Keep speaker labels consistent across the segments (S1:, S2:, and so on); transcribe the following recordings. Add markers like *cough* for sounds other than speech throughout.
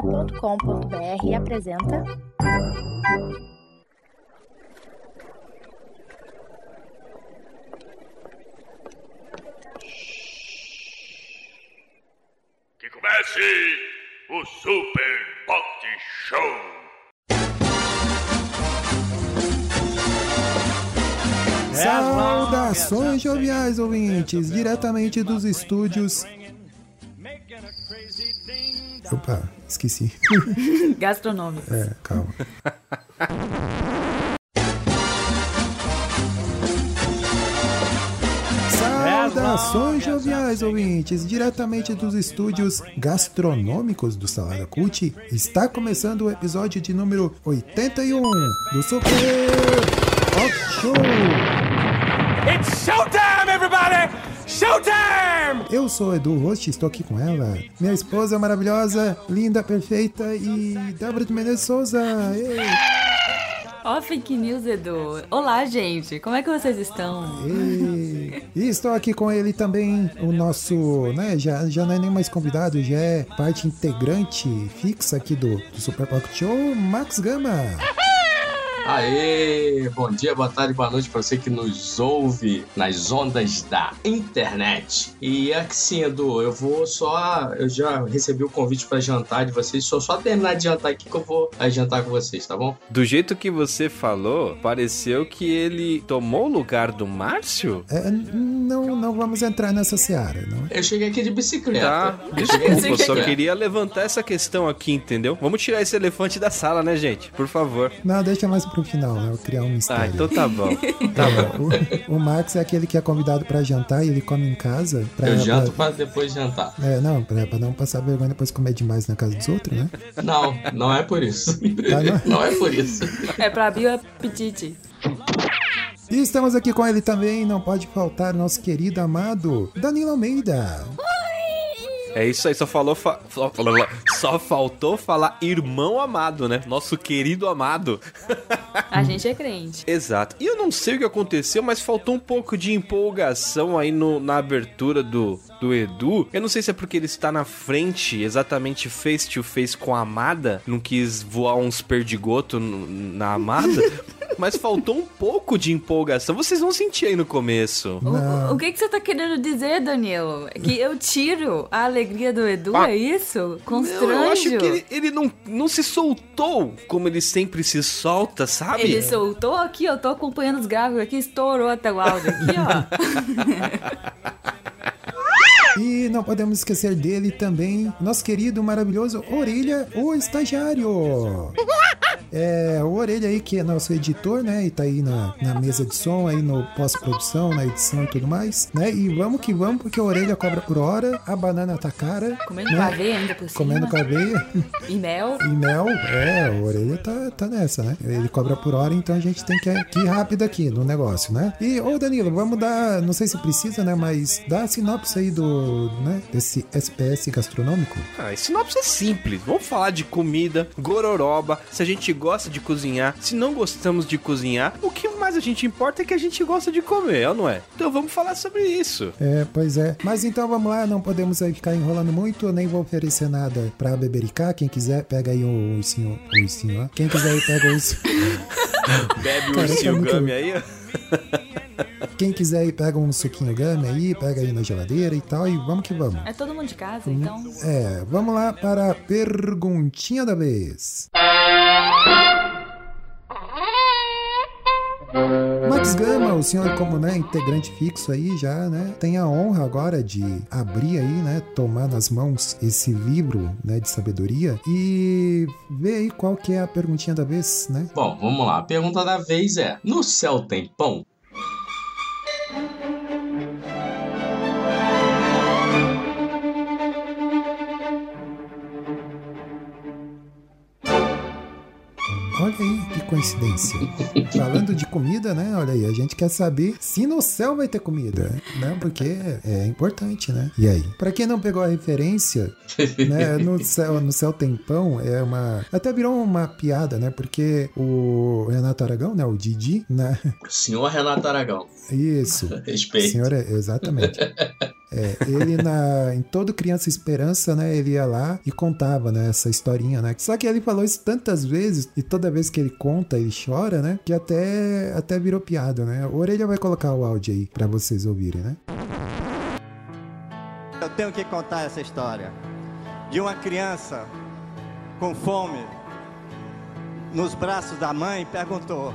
S1: Saladacult.com.br apresenta
S2: Que comece o Super Pop Show!
S3: Saudações joviais ouvintes, diretamente dos estúdios. Opa, esqueci.
S4: Gastronômico.
S3: É, calma. Saudações joviais ouvintes, diretamente dos estúdios gastronômicos do Salada Cult. Está começando o episódio de número 81 do Super Pop Show.
S5: It's showtime, everybody! Showtime!
S3: Eu sou o Edu Rost, estou aqui com ela, minha esposa maravilhosa, linda, perfeita e Débora de Menezes Souza. Ei,
S4: Ó, fake news, Edu. Olá, gente. Como é que vocês estão?
S3: ei. E estou aqui com ele também, o nosso, né, já, já não é nem mais convidado, já é parte integrante fixa aqui do, do Super Pocket Show, Max Gama.
S6: Aê! Bom dia, boa tarde, boa noite pra você que nos ouve nas ondas da internet. E é que sim, Edu, eu vou só. Eu já recebi o convite pra jantar de vocês, só só terminar de jantar aqui que eu vou aí jantar com vocês, tá bom?
S7: Do jeito que você falou, pareceu que ele tomou o lugar
S3: *laughs*
S7: do Márcio?
S3: É, n- não, não vamos entrar nessa seara, não é?
S6: Eu cheguei aqui de bicicleta.
S7: Tá,
S6: Eu cheguei
S7: desculpa,
S6: de
S7: eu só
S6: bicicleta.
S7: queria levantar essa questão aqui, entendeu? Vamos tirar esse elefante da sala, né, gente? Por favor.
S3: Não, deixa mais pro final, né? Eu criar um mistério.
S7: Ah, então tá bom. Tá bom.
S3: *laughs* o, o Max é aquele que é convidado pra jantar e ele come em casa. Pra,
S6: Eu janto
S3: pra-
S6: pra depois jantar.
S3: É, não, pra, pra não passar vergonha depois comer demais na casa dos outros, né?
S6: Não, não é por isso.
S3: Tá, não?
S6: *laughs* Não é por isso.
S4: É pra abrir o apetite.
S3: E estamos aqui com ele também, não pode faltar nosso querido amado Danilo Almeida.
S7: É isso aí, só falou. fa- só- Só faltou falar irmão amado, né? Nosso querido amado.
S4: A gente é crente.
S7: Exato. E eu não sei o que aconteceu, mas faltou um pouco de empolgação aí no- na abertura do, do Edu. Eu não sei se é porque ele está na frente, exatamente face to face com a Amada, não quis voar uns perdigoto no- na Amada. Mas faltou um pouco de empolgação. Vocês vão sentir aí no começo.
S4: O- O, o que, que você tá querendo dizer, Danilo? Que eu tiro a alegria do Edu,
S7: Ah.
S4: é isso?
S7: Eu, eu acho
S4: Constranjo?
S7: que ele, ele não, não se soltou como ele sempre se solta, sabe?
S4: Ele soltou aqui, eu tô acompanhando os gráficos aqui, estourou até o áudio aqui, ó.
S7: *laughs*
S3: E não podemos esquecer dele também, nosso querido, maravilhoso Orelha, o estagiário. É, o Orelha aí que é nosso editor, né? E tá aí na, na mesa de som, aí no pós-produção, na edição e tudo mais, né? E vamos que vamos, porque a Orelha cobra por hora, a banana tá cara.
S4: Comendo
S3: né?
S4: com aveia assim, né? ainda por cima.
S3: Comendo com a veia.
S4: E mel.
S3: E mel, é, a orelha tá, tá nessa, né? Ele cobra por hora, então a gente tem que que ir rápido aqui no negócio, né? E, ô Danilo, vamos dar, não sei se precisa, né? Mas dá a sinopse aí do, né? Desse SPS gastronômico.
S7: Ah, esse sinopse é simples. Vamos falar de comida, gororoba, se a gente gosta de cozinhar, se não gostamos de cozinhar, o que mais a gente importa é que a gente gosta de comer, ou não é? Então vamos falar sobre
S3: *laughs*
S7: isso.
S3: É, pois é. Mas então vamos lá, não podemos aí ficar enrolando muito, eu nem vou oferecer nada pra bebericar. Quem quiser, pega aí o ursinho, o ursinho, ó. Quem quiser aí, pega o ursinho.
S7: Bebe o
S3: Cara, tá
S7: ursinho
S3: muito-
S7: gummy aí. ó.
S3: Quem quiser aí, pega um suquinho game aí, pega aí na geladeira e tal, e vamos que vamos.
S4: É todo mundo de casa, então.
S3: É, vamos lá para a perguntinha da vez. Max Gama, o senhor como né, integrante fixo aí já, né, tem a honra agora de abrir aí, né, tomar nas mãos esse livro, né, de sabedoria e ver aí qual que é a perguntinha da vez, né?
S6: Bom, vamos lá. A pergunta da vez é: No céu tem pão?
S3: Olha aí que coincidência. Falando de comida, né? Olha aí, a gente quer saber se no céu vai ter comida, né? Porque é importante, né? E aí? Pra quem não pegou a referência, né? No céu, no céu tem pão é uma até virou uma piada, né? Porque o Renato Aragão, né? O Didi, né?
S6: Senhor Renato Aragão,
S3: Isso.
S6: respeito.
S3: Senhora, é, exatamente. É, ele na, em todo Criança Esperança, né? Ele ia lá e contava, né? Essa historinha, né? Só que ele falou isso tantas vezes e toda vez que ele conta, ele chora, né? Que até, até virou piada, né? O Orelha vai colocar o áudio aí pra vocês ouvirem, né?
S8: Eu tenho que contar essa história de uma criança com fome nos braços da mãe perguntou: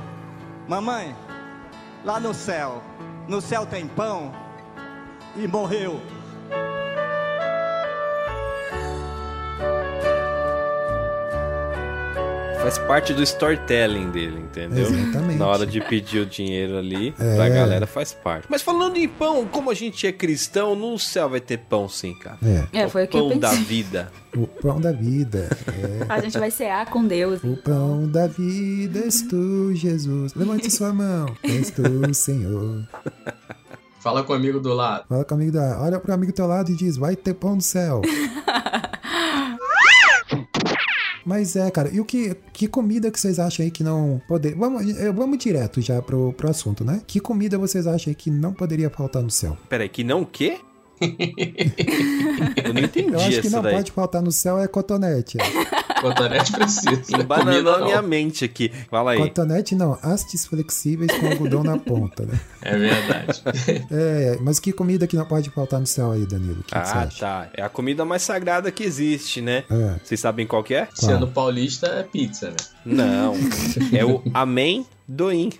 S8: Mamãe, lá no céu, no céu tem pão? E morreu.
S7: Faz parte do storytelling dele, entendeu?
S3: Exatamente. É.
S7: Na hora de pedir o dinheiro ali, pra galera faz parte. Mas falando em pão, como a gente é cristão, no céu vai ter pão sim, cara.
S3: É,
S4: É, foi o que eu
S7: pão da
S4: pensei.
S7: vida.
S3: o pão da vida. É.
S4: A gente vai cear com Deus.
S3: O pão da vida és tu, Jesus. Levante sua mão. És tu, Senhor.
S6: Fala com o amigo do lado.
S3: Fala com o amigo da. Olha pro amigo do teu lado e diz: vai ter pão no céu. Mas é, cara, e o que, que comida que vocês acham aí que não poderia. Vamos, eh, vamos direto já pro, pro assunto, né? Que comida vocês acham aí que não poderia faltar no céu?
S7: Peraí, que não
S4: *laughs*
S7: o quê? eu não entendi
S3: Eu acho que
S7: essa
S3: não
S7: daí.
S3: pode faltar no céu é cotonete.
S6: Cotonete precisa.
S7: Bananou
S6: né? Comida
S7: a
S6: não.
S7: Um minha mente aqui. Fala aí.
S3: cotonete não, hastes flexíveis com algodão na ponta,
S7: *laughs*
S3: né?
S6: É verdade.
S3: É, mas que comida que não pode faltar no céu aí, Danilo? O que, que você
S7: Ah,
S3: acha?
S7: tá. É a comida mais sagrada que existe, né?
S3: É.
S7: Vocês sabem qual que é?
S6: Sendo paulista, é pizza, né?
S3: *laughs*
S7: Não. é o Amém Doim.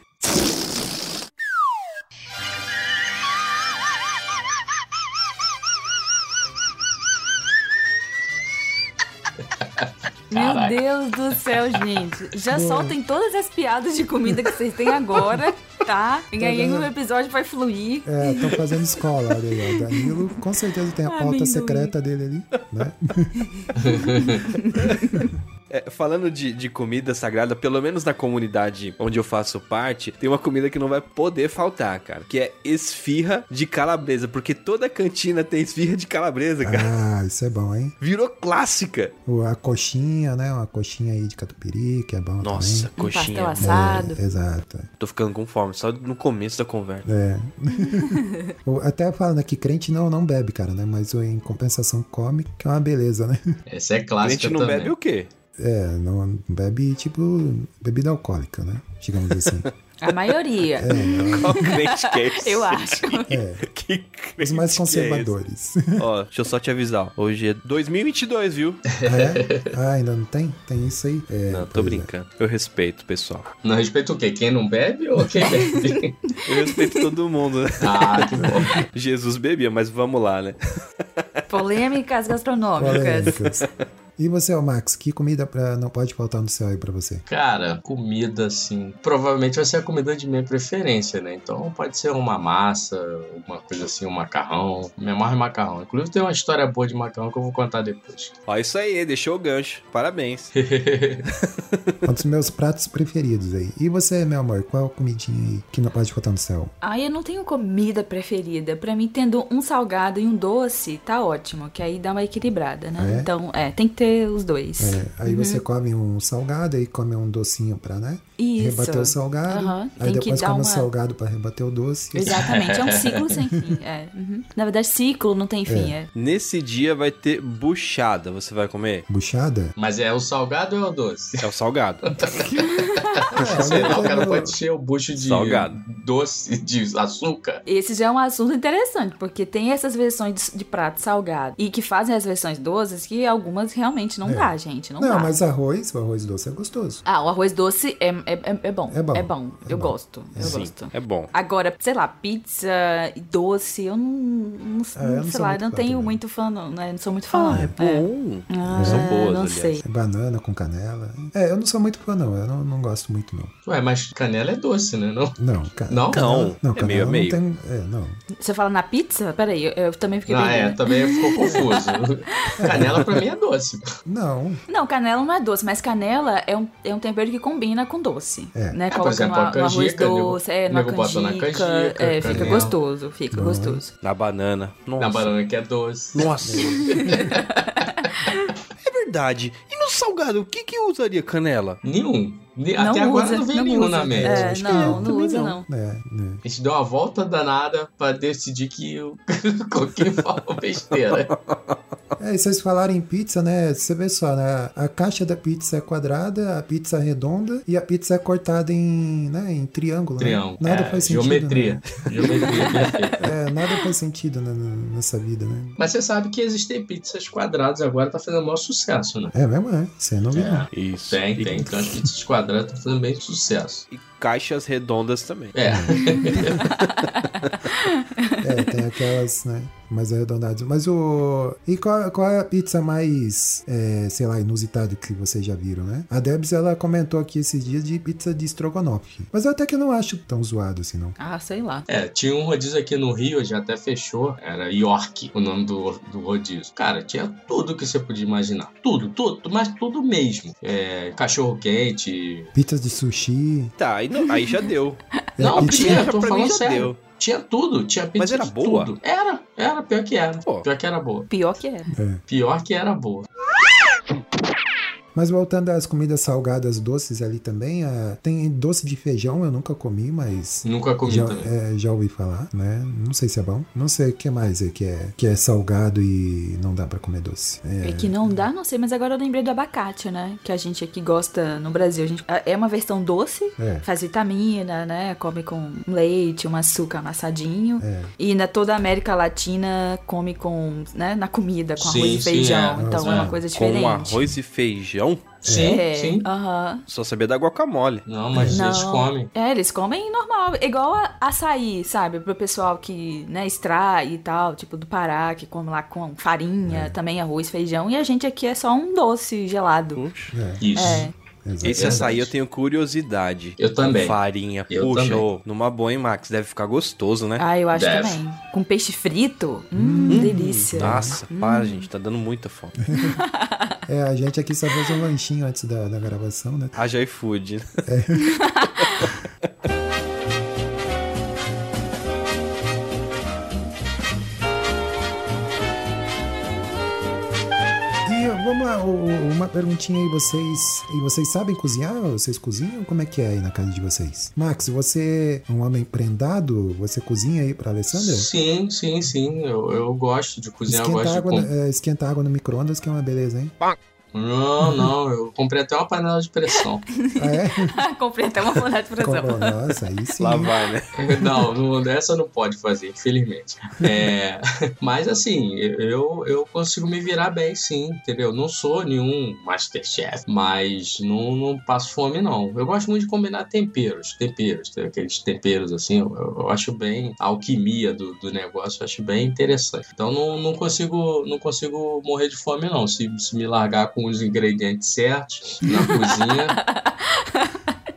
S6: Caraca.
S4: Meu Deus do céu, gente. Já soltem todas as piadas de comida que vocês têm agora, tá? E aí
S3: vendo?
S4: o episódio vai fluir.
S7: tá.
S3: É, estão fazendo escola, olha aí, ó. Danilo com certeza tem a pauta
S4: Amendoim.
S3: secreta dele ali, né?
S7: É, falando de, de comida sagrada, pelo menos na comunidade onde eu faço parte, tem uma comida que não vai poder faltar, cara. Que é esfirra de calabresa. Porque toda cantina tem esfirra de calabresa, cara.
S3: Ah, isso é bom, hein?
S7: Virou clássica.
S3: O- A coxinha, né? Uma coxinha aí de catupiry, que é bom
S7: Nossa,
S4: Um pastel
S7: coxinha.
S3: também.
S4: assado.
S3: É, exato.
S7: Tô ficando com fome, só no começo da conversa.
S3: É. O- Até falando que crente não, não bebe, cara, né? Mas o- em compensação come, que é uma beleza, né? *laughs*
S6: Essa é
S7: A
S6: clássica
S7: gente não
S6: também.
S7: bebe o quê?
S3: É, não bebe tipo bebida alcoólica, né? Digamos
S7: *laughs*
S3: assim.
S4: A maioria,
S7: Qual crente que é esse?
S4: eu acho.
S7: Que crente
S3: Os mais
S7: que é esse?
S3: conservadores. *laughs*
S7: Ó, deixa eu só te avisar. ó, Hoje é 2022, viu?
S3: Ah, é? Ah, ainda não tem? Tem isso aí? É,
S7: não, tô
S3: pois é.
S7: brincando. Eu respeito, pessoal.
S6: Não respeita o quê? Quem não bebe ou quem bebe?
S7: Eu respeito todo mundo, né?
S6: ah, que bom.
S7: Jesus bebia, mas vamos lá, né?
S3: É.
S4: Polêmicas gastronômicas.
S3: Polêmicas. E você, ô Max, que comida pra, não pode faltar no céu aí pra você?
S6: Cara, comida assim. Provavelmente vai ser a comida de minha preferência, né? Então pode ser uma massa, uma coisa assim, um macarrão. Me amarra em macarrão. Inclusive tem uma história boa de macarrão que eu vou contar depois.
S7: Ó, isso aí, deixou o gancho. *laughs* Parabéns.
S3: *laughs* Um dos meus pratos preferidos aí. E você, meu amor, qual comidinha aí que não pode faltar no céu?
S4: Ai, eu não tenho comida preferida. Pra mim, tendo um salgado e um doce, tá ótimo. Que aí dá uma equilibrada, né?
S3: É?
S4: Então, é, tem que ter os dois.
S3: É, aí você come um salgado, aí come um docinho pra, né?
S4: Isso.
S3: Rebater o salgado.
S4: Aham,
S3: Aí
S4: tem que
S3: depois
S4: dar
S3: come o
S4: uma-
S3: salgado pra rebater o doce.
S4: Exatamente, é um ciclo sem fim. É. uhum. Na verdade, ciclo não tem fim, é.
S7: Nesse dia vai ter buchada. Você vai comer?
S3: Buchada?
S6: Mas é o salgado ou é
S7: *laughs*
S6: o doce?
S7: É o salgado.
S4: Ah,
S6: Sei lá, o cara
S3: É, não-
S6: pode encher o bucho de
S7: Salgado.
S6: doce, de açúcar.
S4: Esse já é um assunto interessante, porque tem essas versões de, de prato salgado e que fazem as versões doces que algumas realmente não dá, gente. Não,
S3: É. Não,
S4: dá.
S3: mas arroz, o arroz doce é gostoso.
S4: Ah, o arroz doce é, é, é- é bom.
S3: É bom, é
S4: eu
S3: bom.
S4: gosto. Eu gosto.
S7: É bom.
S4: Agora, sei lá, pizza e doce, eu não, não,
S3: Ah, eu não
S4: sei
S3: sou
S4: lá,
S3: muito
S4: eu não
S3: fã
S4: tenho
S3: também.
S4: muito fã, não, né? Não sou muito fã.
S7: É bom.
S4: Ah,
S7: São boas,
S4: não
S7: aliás.
S4: sei.
S3: Banana com canela. É, eu não sou muito fã, não. Eu não, não gosto muito, não.
S6: Ué, mas canela é doce, né? Não?
S3: Não, ca-
S6: Não?
S3: canela-
S7: Não,
S3: Não,
S7: é
S3: canela
S7: meio a
S3: não
S7: meio.
S3: tem. É, não.
S4: Você fala na pizza? Peraí, eu, eu também fiquei
S6: Ah,
S4: bem-
S6: é, também ficou
S4: *laughs*
S6: confuso. Canela pra mim é doce.
S3: Não.
S4: Não, canela não é doce, mas canela é um, é um tempero que combina com doce.
S3: É.
S4: Né?
S6: Ah, por
S4: Coloca
S6: exemplo,
S4: no,
S6: a
S4: a- no arroz
S6: canjica, nego-
S4: doce, é, na
S6: nego bota
S4: canjica.
S6: na canjica,
S4: é, fica
S6: canela.
S4: gostoso, fica
S3: Bom.
S7: é?
S4: gostoso.
S7: Na banana. Nossa.
S4: *laughs*
S6: Na banana que é doce.
S7: Nossa. é verdade. E no salgado, o que que usaria canela?
S6: Nenhum. Ne- Até agora
S4: usa,
S6: não veio nenhum
S4: usa.
S6: na média.
S4: É,
S3: Acho que eu
S4: não, não
S3: também
S4: usa não.
S3: É, né.
S6: A gente deu uma volta danada pra decidir que eu *laughs* coloquei falou besteira.
S3: É, e vocês falaram em pizza, né? Você vê só, né? A caixa da pizza é quadrada, a pizza é redonda e a pizza é cortada em, né, em triângulo. né?
S6: Triângulo.
S3: Nada
S6: É,
S3: faz sentido.
S6: Geometria.
S3: né?
S6: Geometria perfeita.
S3: É, nada faz sentido né, n- nessa vida, né?
S6: Mas você sabe que existem pizzas quadradas agora, tá fazendo o maior sucesso, né?
S3: É mesmo, é. Isso aí eu não vi, não.
S7: Isso.
S6: Tem,
S7: e,
S6: tem. Então as pizzas quadradas estão fazendo bem sucesso.
S7: E caixas redondas também.
S6: É.
S3: É, tem aquelas, né? Mais arredondadas. Mas o. E qual, qual é a pizza mais, é, sei lá, inusitada que vocês já viram, né? A Debs, ela comentou aqui esses dias de pizza de estrogonofe. Mas eu até que não acho tão zoado assim, não.
S4: Ah, sei lá.
S6: É, tinha um rodízio aqui no Rio, já até fechou. Era York, o nome do, do rodízio. Cara, tinha tudo que você podia imaginar. Tudo, tudo, mas tudo mesmo. É, cachorro quente.
S3: Pizzas de sushi.
S7: Tá, aí, não- aí já deu.
S3: é
S6: Não,
S3: pizza-
S6: tinha, tô
S7: pra mim
S6: falando
S7: já
S6: sério.
S7: deu.
S6: Tinha tudo, tinha pizza
S7: Mas era
S6: de
S7: boa?
S6: tudo. Era, era, pior que era.
S7: Pô.
S6: Pior que era boa.
S4: Pior que é.
S6: Pior que era boa.
S3: Mas voltando às comidas salgadas doces ali também, ah, tem doce de feijão, eu nunca comi, mas.
S6: Nunca Hum, comi
S3: Já,
S6: também.
S3: é, já ouvi falar, né? Não sei se é bom. Não sei o que mais é que é, que é salgado e não dá pra comer doce. É,
S4: É que não dá, não sei, mas agora eu lembrei do abacate, né? Que a gente aqui gosta no Brasil. A gente, é uma versão doce,
S3: É.
S4: faz vitamina, né? Come com leite, um açúcar amassadinho.
S3: É.
S4: E na toda a América Latina come com, né? Na comida, com
S6: Sim,
S4: arroz e
S6: sim,
S4: feijão.
S6: é.
S4: Então *laughs* é,
S6: É.
S4: uma coisa diferente.
S7: Com um arroz e feijão,
S6: Sim,
S4: É,
S6: sim.
S4: aham.
S7: só sabia da guacamole.
S6: Não, mas
S4: Não.
S6: eles comem.
S4: É, eles comem normal, igual a açaí, sabe? Pro pessoal que, né, extrai e tal, tipo do Pará, que come lá com farinha, também arroz, feijão. E a gente aqui é só um doce gelado.
S7: Puxa.
S3: é,
S6: Isso.
S4: É.
S3: exato.
S7: Esse
S6: É
S7: açaí
S6: verdade.
S7: eu tenho curiosidade.
S6: Eu também.
S7: Farinha,
S6: Eu
S7: puxa,
S6: também.
S7: ô, numa boa, hein, Max? Deve ficar gostoso, né?
S4: Ah, eu acho
S6: Deve.
S4: também. Com peixe frito? Hum, delícia.
S7: Nossa,
S4: Hum.
S7: para, gente, tá dando muita
S6: *laughs*
S7: fome.
S3: É, a gente aqui só fez um lanchinho antes da, da gravação, né?
S7: Haja iFood.
S3: E vamos lá, o- o- uma perguntinha aí, vocês. E vocês sabem cozinhar? Vocês cozinham? Como é que é aí na casa de vocês? Max, você é um homem prendado? Você cozinha aí pra Alessandra?
S6: Sim, sim, sim. Eu, eu gosto de cozinhar, eu
S3: Esquenta
S6: gosto de
S3: água,
S6: com-
S3: no- é, esquenta água no micro-ondas, que é uma beleza, hein?
S6: Não, não, eu comprei até uma panela de pressão.
S3: Ah, é?
S4: *laughs* Comprei até uma panela de
S3: Como- é?
S4: pressão.
S3: Nossa, aí sim.
S7: Lá
S3: hein?
S7: vai, né?
S6: *laughs* não, não, dessa não pode fazer, infelizmente. É, *laughs* mas assim, eu, eu consigo me virar bem, sim, entendeu? Não sou nenhum masterchef, mas não, não passo fome, não. Eu gosto muito de combinar temperos, temperos, tem aqueles temperos assim, eu, eu- eu acho bem a alquimia do, do negócio, eu acho bem interessante. Então não, não consigo não consigo morrer de fome, não. Se, se me largar com os ingredientes certos na cozinha,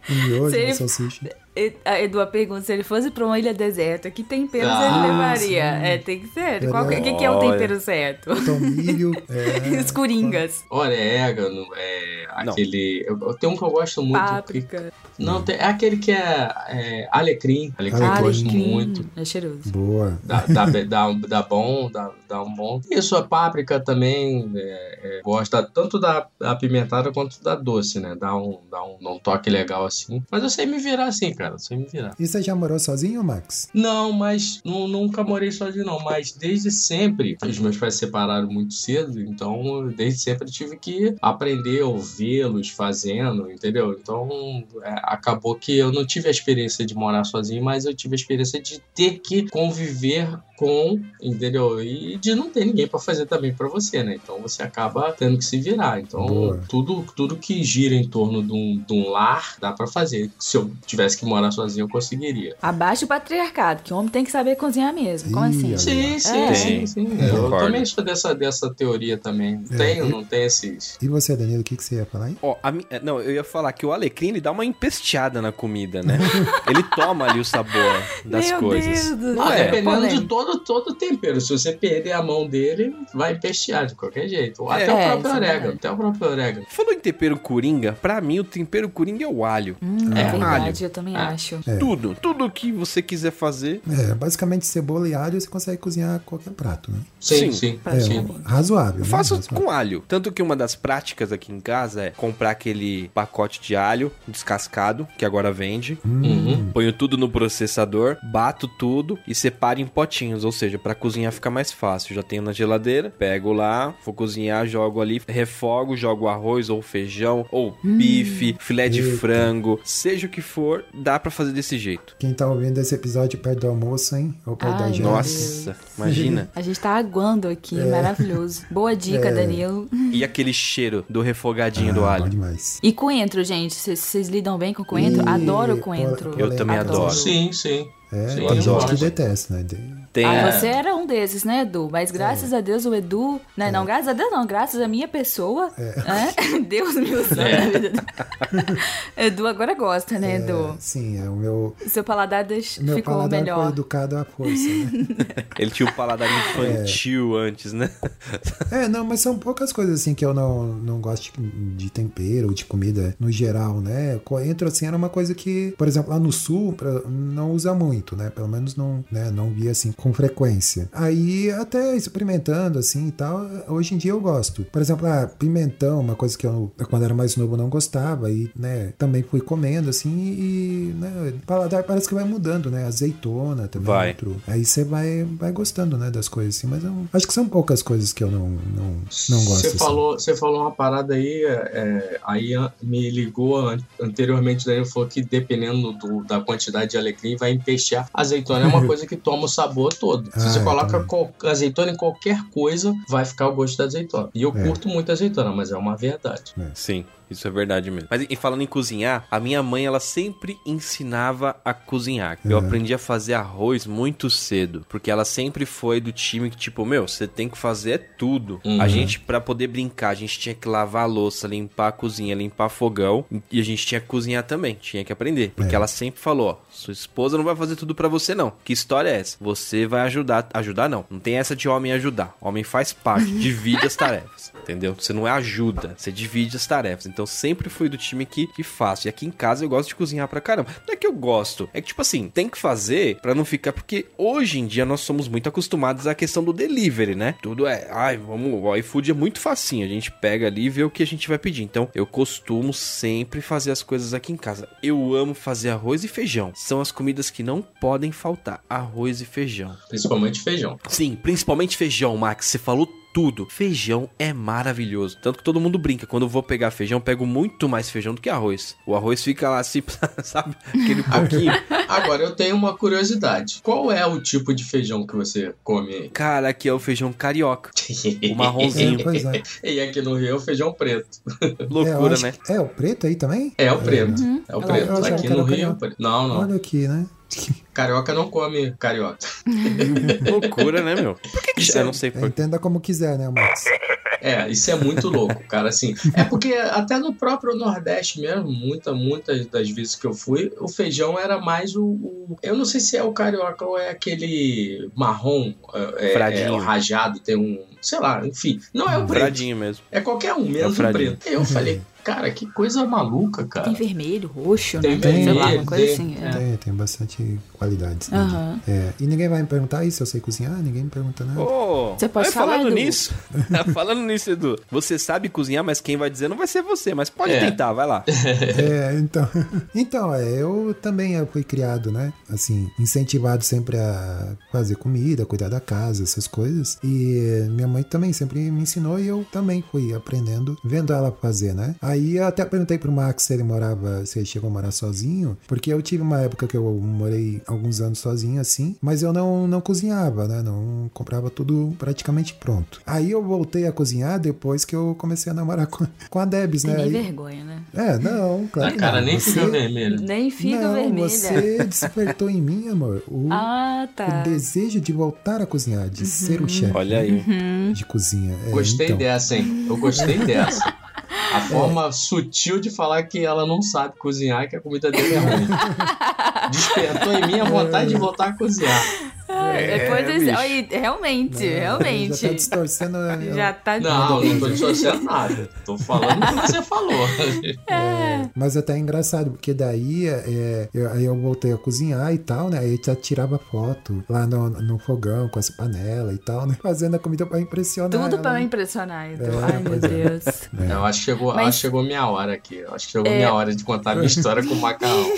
S3: E hoje,
S4: Sim.
S3: Um uma salsicha.
S4: E- A Edu, a pergunta, se ele fosse pra uma ilha deserta, que temperos
S6: Ah,
S4: ele levaria? É, tem que ser.
S3: Eu
S4: Qual que-
S3: não-
S4: O que, que é o
S7: Olha.
S4: tempero certo?
S3: Tomilho. um É,
S4: *laughs* Os coringas,
S6: Orégano, é
S7: Não.
S6: aquele. Eu, eu- tem um que eu gosto muito. que-
S4: páprica,
S6: não, tem, é aquele que é, é alecrim. Alecrim eu gosto muito.
S4: alecrim. É cheiroso.
S3: Boa.
S6: Dá, dá, be- dá, um, dá bom, dá, dá um bom. Isso, a páprica também é, é, gosta tanto da apimentada quanto da doce, né? Dá um, dá um, dá um toque legal assim. Mas eu sei me virar assim, cara. Eu sei me virar.
S3: E você já morou sozinho, Max?
S6: Não, mas nu- nunca morei sozinho, não. Mas desde sempre, os meus pais se separaram muito cedo, então desde sempre eu tive que aprender a ouvi-los fazendo, entendeu? Então é, acabou que eu não tive a experiência de morar sozinho, mas eu tive a experiência de ter que conviver com, entendeu? E de não ter ninguém pra fazer também pra você, né? Então você acaba tendo que se virar. Então
S3: Boa.
S6: tudo, tudo que gira em torno de um, de um lar dá pra fazer. Se eu tivesse que morar sozinho, eu conseguiria.
S4: Abaixo o patriarcado, que o homem tem que saber cozinhar mesmo. Como
S3: Ih,
S4: assim?
S3: olha.
S6: Sim, sim,
S4: É.
S6: sim, sim. Eu
S7: Concordo.
S6: também sou dessa, dessa teoria também.
S3: É.
S6: Tem ou não tem esses?
S3: E você, Danilo, o que, que você ia falar aí?
S7: Ó, a mi- é, não, eu ia falar que o alecrim ele dá uma empesteada na
S4: *laughs*
S7: comida, né? ele toma ali o sabor das
S4: Meu
S7: coisas.
S4: Deus do
S7: é,
S6: Ah,
S4: céu.
S6: dependendo de
S4: Polêmico.
S6: todo, todo o tempero. Se você perder a mão dele, vai empestear de qualquer jeito. Ou
S7: É.
S6: Até o
S4: É,
S6: próprio
S4: isso é
S6: orégano.
S4: verdade.
S6: Até o próprio orégano.
S7: Falou em tempero coringa, pra mim o tempero coringa é Ah. o alho.
S4: Hum, é,
S6: É,
S4: verdade,
S7: alho.
S4: eu também acho.
S7: Tudo, tudo que você quiser fazer.
S3: É, basicamente cebola e alho você consegue cozinhar qualquer prato, né?
S7: Sim.
S6: Sim, sim.
S3: É,
S6: sim.
S3: razoável.
S7: Eu
S3: né?
S7: faço
S3: Razoável.
S7: com alho. Tanto que uma das práticas aqui em casa é comprar aquele pacote de alho descascado, que agora vende.
S6: Uhum.
S7: Ponho tudo no processador, bato tudo e separo em potinhos, ou seja, pra cozinhar fica mais fácil. Já tenho na geladeira, pego lá, vou cozinhar, jogo ali, refogo, jogo arroz ou feijão ou bife, filé de
S3: Eita.
S7: frango, seja o que for, dá pra fazer desse jeito.
S3: Quem tá ouvindo esse episódio perto do almoço, hein? Ou perto da
S4: Ai,
S3: janta.
S7: Nossa,
S4: *laughs*
S7: imagina.
S4: A gente tá aguando
S3: É.
S4: aqui, maravilhoso.
S3: *laughs*
S4: Boa dica, Danilo.
S7: E aquele cheiro do refogadinho do
S3: Ah, bom
S7: alho.
S3: demais.
S4: E coentro, gente. Vocês- Vocês lidam bem com coentro?
S3: Ih,
S4: Adoro
S3: pô,
S4: coentro.
S7: eu também adoro.
S6: Sim, sim.
S3: É,
S6: Sim,
S3: tem
S6: eu
S3: gente
S6: gosto.
S3: que detesta, né? De-
S7: Tem é.
S4: Ah, você era um desses, né, Edu? Mas
S3: É.
S4: graças a Deus o Edu. Né, Não, graças a Deus não, graças a minha pessoa.
S3: É.
S4: né? *laughs* Deus me usou na
S6: É.
S4: vida *laughs* dele. Edu agora gosta, né, Edu?
S3: Sim, é o meu,
S4: Seu paladar deix-
S3: meu
S4: ficou
S3: paladar foi
S4: melhor.
S3: educado à força. Né?
S7: Ele tinha o paladar infantil antes, né?
S3: *laughs* é, não, mas são poucas coisas assim que eu não, não gosto de, de tempero ou de comida no geral, né? Coentro, assim, era uma coisa que, por exemplo, lá no sul pra- não usa muito, né? Pelo menos não, né? não via assim com frequência. Aí, até experimentando assim e tal, hoje em dia eu gosto. Por exemplo, ah, pimentão, uma coisa que eu, quando era mais novo, não gostava e, né, também fui comendo assim e, né, o paladar parece que vai mudando, né? Azeitona também.
S7: Vai.
S3: outro outro. Aí você vai, vai gostando, né, das coisas assim. Mas eu acho que são poucas coisas que eu não, não, não gosto.
S6: Você
S3: assim.
S6: falou, você falou uma parada aí, é, aí an- me ligou an- anteriormente, daí falou que dependendo do- da quantidade de alecrim vai empestear. Azeitona
S3: *laughs*
S6: é uma coisa que toma o sabor todo. Se
S3: Ah,
S6: você
S3: eu
S6: coloca
S3: também.
S6: qual- azeitona em qualquer coisa, vai ficar o gosto da azeitona. E eu
S3: É.
S6: curto muito azeitona, mas é uma verdade.
S7: Sim, isso é verdade mesmo. Mas e falando em cozinhar, a minha mãe ela sempre ensinava a cozinhar. Eu aprendi a fazer arroz muito cedo, porque ela sempre foi do time que tipo, meu, você tem que fazer é tudo.
S6: Uhum.
S7: A gente pra poder brincar, a gente tinha que lavar a louça, limpar a cozinha, limpar fogão, e a gente tinha que cozinhar também, tinha que aprender, porque
S3: É.
S7: ela sempre falou, ó, sua esposa não vai fazer tudo pra você não. Que história é essa? Você vai ajudar, ajudar não. Não tem essa de homem ajudar. Homem faz parte, divide as tarefas, entendeu? Você não é ajuda, você divide as tarefas. Então sempre fui do time que, que faço. E aqui em casa eu gosto de cozinhar pra caramba. Não é que eu gosto, é que tipo assim, tem que fazer pra não ficar porque hoje em dia nós somos muito acostumados à questão do delivery, né? Tudo é, ai, vamos, o iFood é muito facinho, a gente pega ali e vê o que a gente vai pedir. Então, eu costumo sempre fazer as coisas aqui em casa. Eu amo fazer arroz e feijão. São as comidas que não podem faltar, arroz e feijão.
S6: Principalmente feijão.
S7: Sim, principalmente feijão, Max. Você falou tudo. Feijão é maravilhoso. Tanto que todo mundo brinca. Quando eu vou pegar feijão, pego muito mais feijão do que arroz. O arroz fica lá assim, *laughs* sabe? Aquele pouquinho.
S6: Agora eu tenho uma curiosidade. Qual é o tipo de feijão que você come?
S7: Cara, aqui é o feijão carioca. O
S3: *laughs*
S7: marronzinho.
S3: É, pois é.
S6: E aqui no Rio é o feijão preto.
S3: É, eu
S7: Loucura,
S3: acho
S7: né?
S3: que- é, o preto aí também?
S6: É o preto. É
S3: Hum?
S6: o
S4: Eu
S6: preto.
S3: achava
S6: Aqui
S3: que era
S6: no Rio é o
S3: carioca.
S6: preto. Não, não.
S3: Olha aqui, né?
S6: Carioca não come carioca.
S7: Loucura, né, meu? Por que que... Eu não sei
S3: É,
S7: por
S3: entenda como quiser, né, Max?
S6: É, isso é muito louco, cara, assim. É porque até no próprio Nordeste mesmo, muita, muitas das vezes que eu fui, o feijão era mais o, o- eu não sei se é o carioca ou é aquele marrom, é, é,
S7: Fradinho. Hum,
S6: é, o rajado, tem um, sei lá, enfim. Não é o preto,
S7: Fradinho mesmo.
S6: é qualquer um,
S7: É o
S6: menos o
S7: fradinho.
S6: preto. Eu falei, cara, que coisa maluca, cara.
S4: Tem vermelho, roxo,
S6: Tem
S4: né? Sei lá,
S6: vermelho,
S4: uma coisa
S6: tem-
S4: assim. é.
S3: Tem, tem bastante qualidades. né?
S4: Aham.
S3: É, e ninguém vai me perguntar isso, eu sei cozinhar, ninguém me pergunta nada.
S7: Ô,
S4: Você pode
S7: aí
S4: falar,
S7: falando
S4: Edu.
S7: nisso, *laughs* tá falando nisso, Edu, você sabe cozinhar, mas quem vai dizer não vai ser você, mas pode
S6: É.
S7: tentar, vai lá.
S3: É, então. *laughs* Então, é, eu também eu fui criado, né? Assim, incentivado sempre a fazer comida, cuidar da casa, essas coisas. E minha mãe também sempre me ensinou e eu também fui aprendendo, vendo ela fazer, né? Aí eu até perguntei pro Max se ele morava, se ele chegou a morar sozinho, porque eu tive uma época que eu morei alguns anos sozinho, assim, mas eu não, não cozinhava, né? Não comprava tudo praticamente pronto. Aí eu voltei a cozinhar depois que eu comecei a namorar com, com a Debs,
S4: Tem
S3: né?
S4: nem
S3: Aí-
S4: vergonha, né?
S3: é, não, claro.
S6: A cara
S3: não.
S6: nem
S3: Você-
S6: fica vermelha.
S4: Nem fica
S3: não,
S4: vermelha.
S3: Você despertou em mim, amor, o,
S4: Ah, Uhum. tá.
S3: o desejo de voltar a cozinhar, de ser o chefe
S7: Olha aí.
S4: Uhum.
S3: de cozinha. É,
S6: Gostei
S3: então,
S6: dessa, hein? Eu gostei
S3: *laughs*
S6: dessa. A forma sutil de falar que ela não sabe cozinhar e
S3: É.
S6: que a comida dele é ruim. Despertou em mim a vontade de voltar a cozinhar.
S4: Ai, Depois
S7: É,
S4: eles-
S7: bicho.
S4: Aí, realmente,
S3: Já tá
S4: realmente.
S3: distorcendo. é, a-
S4: *laughs* Já tá.
S6: Não, não tô dissociando nada. Tô falando o que você falou.
S3: Mas até é engraçado, porque daí é, eu, aí eu voltei a cozinhar e tal, né? Aí eu já tirava foto lá no, no fogão com essa panela e tal, né? Fazendo a comida pra impressionar.
S4: Tudo
S3: ela,
S4: pra me
S3: né?
S4: impressionar, Edu.
S3: É,
S4: Ai, meu
S3: pois é. *laughs*
S4: Deus.
S6: Eu acho que chegou,
S4: Mas- É.
S6: acho que chegou minha hora aqui. Acho que chegou minha hora de contar a minha história com o macarrão.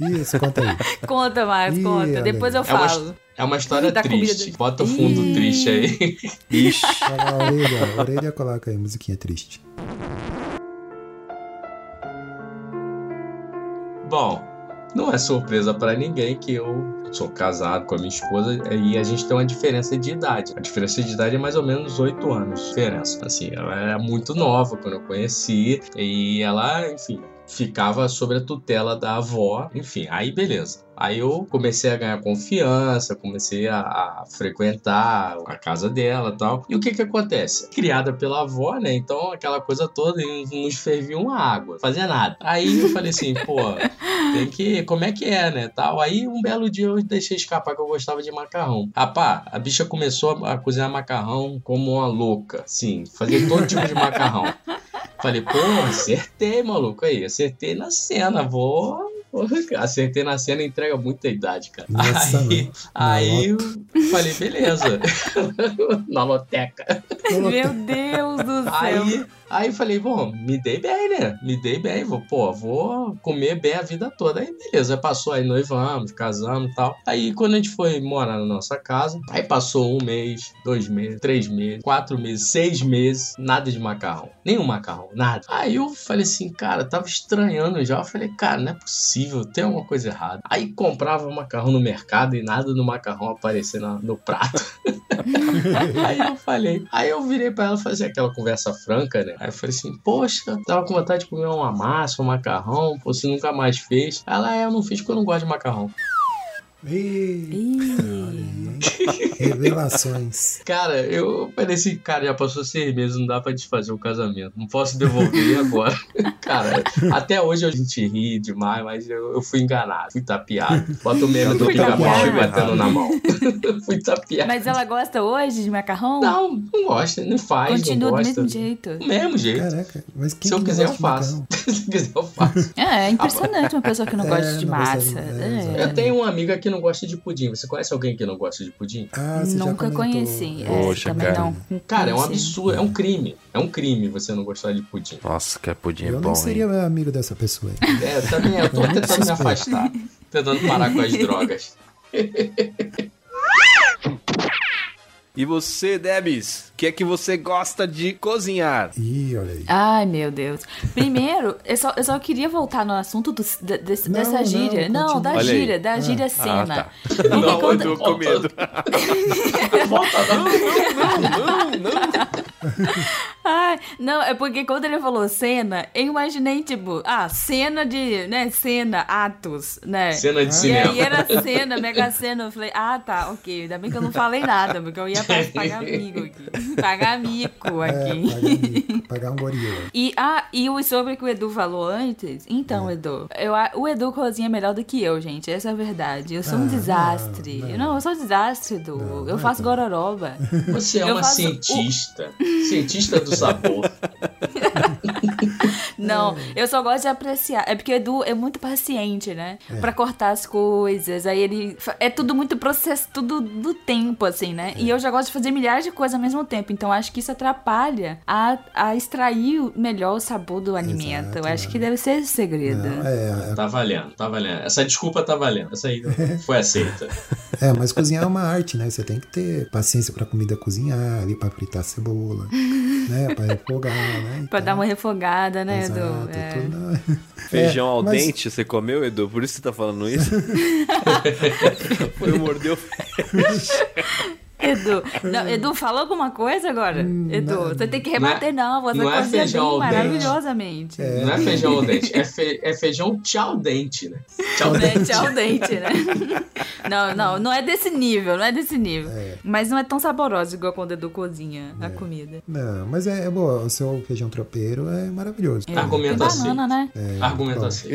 S3: Isso, conta aí.
S4: Conta mais,
S3: Ih, olha
S4: conta.
S3: aí.
S4: Depois eu
S6: É uma,
S4: falo.
S6: é uma história
S4: Da comida.
S6: triste. Bota o fundo
S4: Ih.
S6: triste aí.
S7: Ixi.
S3: Vai lá, orelha, orelha, coloca aí, musiquinha triste.
S6: Bom, não é surpresa pra ninguém que eu sou casado com a minha esposa e a gente tem uma diferença de idade. A diferença de idade é mais ou menos 8 anos. de Diferença. Assim, ela era muito nova quando eu conheci e ela, enfim, ficava sobre a tutela da avó. Enfim, aí beleza. Aí eu comecei a ganhar confiança, comecei a, a frequentar a casa dela e tal. E o que que acontece? Criada pela avó, né? Então aquela coisa toda, e não nos fervia uma água, fazia nada. Aí eu falei assim, pô, tem que. Como é que é, né? Tal. Aí um belo dia eu deixei escapar que eu gostava de macarrão. Rapá, a bicha começou a a cozinhar macarrão como uma louca. Sim, fazer todo tipo de macarrão. Falei, pô, acertei, maluco. Aí, acertei na cena, vou. Acertei na cena entrega muita idade, cara.
S3: Nossa,
S6: aí
S3: mano.
S6: aí eu
S3: *laughs*
S6: falei, beleza. *laughs* na loteca.
S4: Meu Deus do céu.
S6: Aí, aí eu falei, bom, me dei bem, né? Me dei bem, vou, pô, vou comer bem a vida toda. Aí beleza, passou aí, noivamos, casamos e tal. Aí quando a gente foi morar na nossa casa, aí passou um mês, dois meses, três meses, quatro meses, seis meses, nada de macarrão. Nenhum macarrão, nada. Aí eu falei assim, cara, eu tava estranhando já. Eu falei, cara, não é possível, tem alguma coisa errada. Aí comprava macarrão no mercado e nada do macarrão aparecer na- no prato. *laughs* Aí eu falei, aí eu virei pra ela fazer aquela conversa franca, né? Aí eu falei assim, poxa, tava com vontade de comer uma massa, um macarrão, pô, você nunca mais fez. Ela, é, eu não fiz porque eu não gosto de macarrão.
S3: Ih, olha aí,
S4: Ih.
S3: hein? Revelações.
S6: Cara, eu falei assim, cara, já passou seis meses, não dá pra desfazer o casamento, não posso devolver *laughs* agora. cara, até hoje a gente ri demais, mas eu, eu fui enganado, fui tapeado. Bota o meme do
S4: Fui
S6: pica-pau
S4: tapeado.
S6: batendo na mão. *laughs* fui tapeado.
S4: Mas ela gosta hoje de macarrão?
S6: Não, não gosta, não faz,
S4: Continua do
S6: não gosta.
S4: mesmo jeito.
S6: Do mesmo jeito.
S3: Caraca, mas quem
S6: Se eu
S3: que não
S6: quiser, eu
S3: gosta de
S6: faço.
S3: macarrão?
S6: *laughs* Se quiser, eu faço.
S4: É, é impressionante uma pessoa que não
S3: É,
S4: gosta de
S3: não gosta de-
S4: massa.
S3: é,
S4: É.
S6: Eu tenho uma amiga que não gosta de pudim. Você conhece alguém que não gosta de pudim?
S3: Ah, você já
S4: Hum, Nunca
S3: comentou.
S4: conheci. É,
S7: Poxa,
S4: também
S7: cara.
S4: não.
S6: Cara, é um
S4: conheci.
S6: absurdo, é um crime. É um crime você não gostar de pudim.
S7: Nossa, que pudim é
S3: Eu
S7: bom,
S3: não
S7: hein?
S3: seria amigo dessa
S4: *laughs*
S3: pessoa aí.
S6: É, eu também eu tô
S3: Eu não
S6: tentando me
S3: suspeito.
S6: afastar. Tentando parar com as drogas.
S7: E você, Debs, o que é que você gosta de cozinhar?
S3: Ih, olha aí.
S4: Ai, meu Deus. Primeiro, eu só, eu só queria voltar no assunto do, da- desse-
S3: Não,
S4: dessa
S3: não,
S4: gíria. Não,
S3: continua.
S4: da
S7: Olha aí.
S4: gíria, da
S3: Ah.
S4: gíria
S7: Ah,
S4: cena.
S7: tá.
S4: Porque
S6: Não,
S4: quando-
S6: eu
S7: Eu tô
S3: *laughs*
S7: com medo.
S6: Volta lá.
S7: Não, não.
S4: Ai, não, é porque quando ele falou cena, eu imaginei, tipo, ah, cena de, né, cena, atos, né?
S6: Cena de
S4: E aí
S6: cinema.
S4: era cena, mega cena. Eu falei, ah, tá, ok. Ainda bem que eu não falei nada, porque
S6: *laughs*
S4: eu ia pra- pagar mico aqui. Pagar mico aqui.
S3: É, pagar, pagar um gorila.
S4: E, ah, e o sobre que o Edu falou antes?
S3: É.
S4: Então, Edu, eu, a- o Edu cozinha melhor do que eu, gente. Essa é a verdade. Eu sou
S3: Ah,
S4: um desastre.
S3: não,
S4: Não,
S3: não.
S4: eu sou um desastre, Edu.
S3: Não,
S4: eu
S3: não
S4: faço
S3: é *laughs*
S4: gororoba.
S6: Você é
S4: Eu
S6: uma
S4: faço o-
S6: cientista. Cientista do sabor.
S4: Não,
S3: É.
S4: eu só gosto de apreciar. É porque o Edu é muito paciente, né?
S3: É.
S4: Pra cortar as coisas. Aí ele. fa- É tudo muito processo, tudo do tempo, assim, né?
S3: É.
S4: E eu já gosto de fazer milhares de coisas ao mesmo tempo. Então acho que isso atrapalha a, a extrair o- melhor o sabor do alimento.
S3: Exato,
S4: eu acho
S3: né?
S4: que deve ser o segredo.
S3: Não, é,
S6: Tá valendo, tá valendo. Essa desculpa tá valendo. Essa aí foi aceita.
S3: é, mas cozinhar é uma arte, né? Você tem que ter paciência pra comida cozinhar, ali pra fritar
S4: *laughs*
S3: cebola, né? Pra refogar, né?
S4: Pra dar uma refogada, né,
S3: Exato,
S4: Edu? É.
S3: tudo na-
S7: Feijão
S3: É,
S7: ao
S3: mas-
S7: dente, você comeu, Edu? Por isso você tá
S3: *laughs*
S7: falando isso? Foi mordeu.
S4: Edu, não, Edu, falou alguma coisa agora?
S3: Hum,
S4: Edu, você tem que rebater, não. Você
S6: não é
S4: cozinha
S6: feijão
S4: bem
S6: ao dente.
S4: maravilhosamente. É.
S6: Não é feijão ao dente, é, fe- é feijão tchau dente, né? Tchau dente.
S4: Dente ao dente, né? *laughs* Não, não, não é desse nível, não é desse nível. Mas não é tão saboroso igual quando o Edu cozinha
S3: É.
S4: a comida.
S3: Não, mas é, é boa. O seu feijão tropeiro é maravilhoso.
S6: Tá
S4: Tem
S6: comendo assim.
S4: banana, né?
S6: Argumento assim.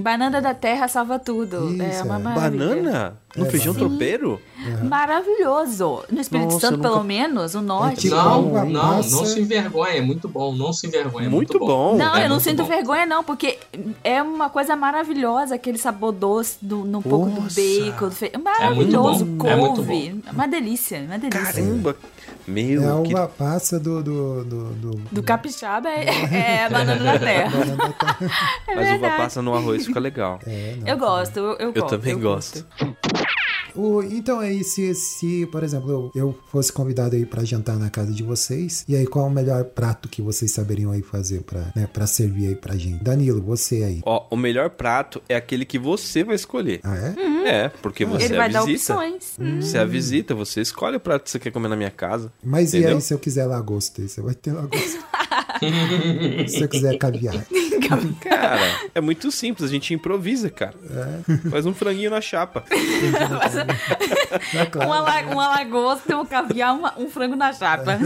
S4: Banana da terra salva tudo.
S3: É. Isso,
S4: é uma
S3: é.
S4: maravilha.
S7: Banana? No
S3: É,
S7: feijão
S3: banana.
S7: tropeiro?
S4: Maravilhoso. No Espírito
S7: Nossa,
S4: Santo,
S7: eu nunca-
S4: pelo menos, o
S3: É
S4: norte.
S3: tipo-
S6: Não,
S3: bom,
S6: não,
S3: massa.
S6: não se envergonha. É muito bom, não se envergonha. é
S7: Muito
S6: muito bom.
S7: bom.
S4: Não,
S6: É
S4: eu não
S6: muito
S4: sinto
S6: bom.
S4: vergonha, não, porque é uma coisa maravilhosa aquele sabor doce do, no pouco do
S7: Nossa.
S4: bacon. Do fe... Maravilhoso,
S6: bom,
S4: couve.
S6: é muito
S4: Uma delícia, uma delícia.
S7: Caramba. Meu,
S3: É a
S7: que
S3: uva passa do. do, do, do-
S4: Do capixaba é, é a banana da terra. É
S7: Mas uva
S4: verdade.
S7: passa no arroz
S4: *laughs*
S7: fica legal.
S3: É, não.
S4: Eu gosto, eu, eu
S7: Eu
S4: gosto.
S7: também gosto.
S3: O- então aí, se, se, por exemplo, eu, eu fosse convidado aí pra jantar na casa de vocês, e aí qual é o melhor prato que vocês saberiam aí fazer pra, né, pra servir aí pra gente? Danilo, você aí.
S7: Ó, o melhor prato é aquele que você vai escolher.
S3: Ah, é?
S7: É, porque você
S4: Uhum. Ele
S7: é
S4: vai
S7: a
S4: dar
S7: visita.
S4: opções. *laughs*
S7: Você é a visita, você escolhe o prato que você quer comer na minha casa.
S3: Mas e
S7: Entendeu?
S3: aí, se eu quiser lagosta? aí Você vai ter lagosta. *laughs* se eu quiser caviar.
S7: Cara, é muito simples, a gente improvisa, cara. Faz um franguinho na chapa. *laughs*
S3: É
S4: Uma,
S3: claro.
S4: la- uma lagosta, um caviar, uma- um frango na chapa.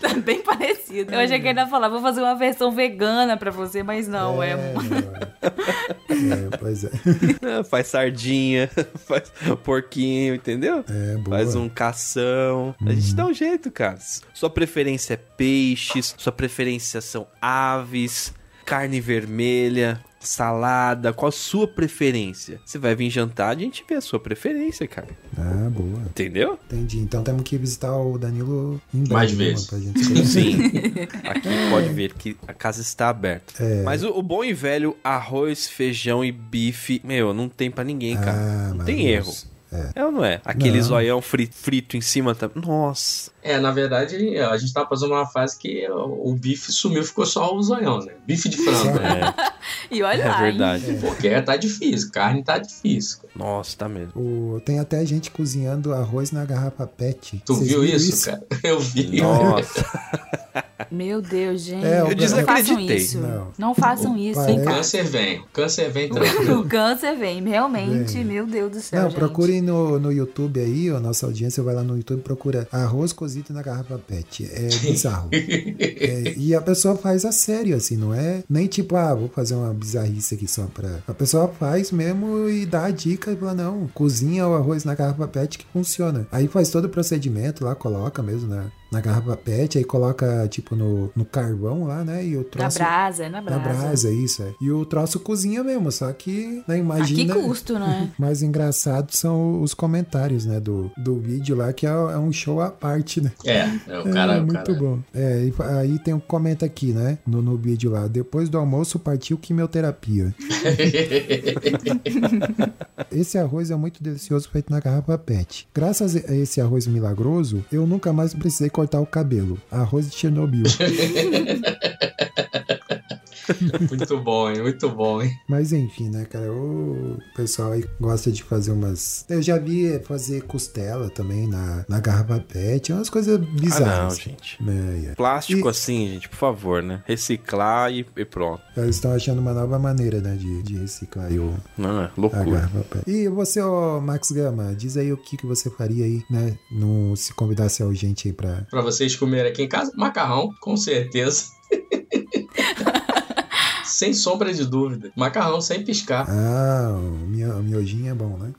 S4: tá bem parecido. Eu achei que ele ia falar, vou fazer uma versão vegana pra você, mas não, é.
S3: É, pois é.
S7: É, faz sardinha, *laughs* faz porquinho, entendeu?
S3: É, boa. Hum.
S7: Faz um cação. A gente dá um jeito, cara. Sua preferência é peixes, sua preferência são aves, carne vermelha, salada. Qual a sua preferência? Você vai vir jantar, a gente vê a sua preferência, cara.
S3: Ah, boa.
S7: Entendeu?
S3: Entendi. Então temos que visitar o Danilo em breve,
S6: Mais
S3: né,
S6: vezes.
S3: pra gente conhecer. *laughs*
S7: *laughs* Sim. Aqui pode ver que a casa está aberta.
S3: É.
S7: Mas o, o bom e velho arroz, feijão e bife, meu, não tem pra ninguém, cara.
S3: Ah,
S7: não tem erro.
S3: maravilhoso.
S7: É ou não é? Aquele
S3: Não.
S7: zoião fri- frito em cima também.
S3: *laughs*
S7: Nossa.
S6: É, na verdade, a gente tava passando uma fase que o o bife sumiu, ficou só o zoião, né? Bife de frango, né?
S4: E olha
S7: É
S4: lá, hein?
S7: verdade.
S6: Porque tá difícil, carne tá difícil.
S3: É.
S7: Nossa, tá mesmo.
S3: O- tem até gente cozinhando arroz na garrafa PET.
S6: Tu
S3: Vocês
S6: viu
S3: viram
S6: isso, cara? *laughs* Eu vi.
S7: Nossa.
S4: Meu Deus, gente.
S3: É, eu
S4: não façam
S7: desacreditei.
S4: isso.
S3: Não.
S4: Não, façam isso, hein,
S6: O
S4: cara.
S6: câncer vem, o câncer vem
S4: O *laughs*
S6: tranquilo.
S4: câncer vem, realmente,
S3: Vem.
S4: meu Deus do céu.
S3: Não,
S4: gente.
S3: procurem no, no YouTube aí, a nossa audiência vai lá no YouTube e procura arroz cozido na garrafa PET.
S6: *laughs*
S3: É bizarro. É, e a pessoa faz a sério, assim, não é nem tipo, ah, vou fazer uma bizarrice aqui só pra. A pessoa faz mesmo e dá a dica e fala, não, cozinha o arroz na garrafa PET que funciona. Aí faz todo o procedimento lá, coloca mesmo na, na garrafa PET, aí coloca, tipo, no, no carvão lá, né? E o
S4: Na
S3: troço.
S4: brasa, na
S3: Na
S4: brasa.
S3: brasa, isso, é. E o troço cozinha mesmo, só que, né,
S4: A que
S3: imagina...
S4: custo, né?
S3: mais engraçado são os comentários, né, do, do vídeo lá, que é, é um show à parte, né?
S6: É, é, o cara,
S3: é,
S6: o
S3: muito
S6: cara.
S3: bom. É, e fa- aí tem um comenta aqui, né, no, no vídeo lá, depois do almoço partiu quimioterapia. esse arroz é muito delicioso feito na garrafa PET. Graças a esse arroz milagroso, eu nunca mais precisei cortar o cabelo. Arroz de Chernobyl.
S6: Muito bom, hein? Muito bom, hein?
S3: Mas enfim, né, cara? O pessoal aí gosta de fazer umas. Eu já vi fazer costela também na, na garrafa pet, é umas coisas
S7: Ah, não,
S3: bizarras.
S7: gente.
S3: né?
S7: Plástico
S3: E-
S7: assim, gente, por favor, né? Reciclar e, e pronto.
S3: Eles estão achando uma nova maneira, né, de, de reciclar aí o,
S7: Não, é
S3: a
S7: loucura.
S3: garrafa pet. E você, ô Max Gama, diz aí o que, que você faria aí, né? No, se convidasse a gente aí pra.
S6: Pra vocês comerem aqui em casa, macarrão, com certeza. *laughs* sem sombra de dúvida. Macarrão sem piscar.
S3: Ah, o mio- o miojinho é bom, né?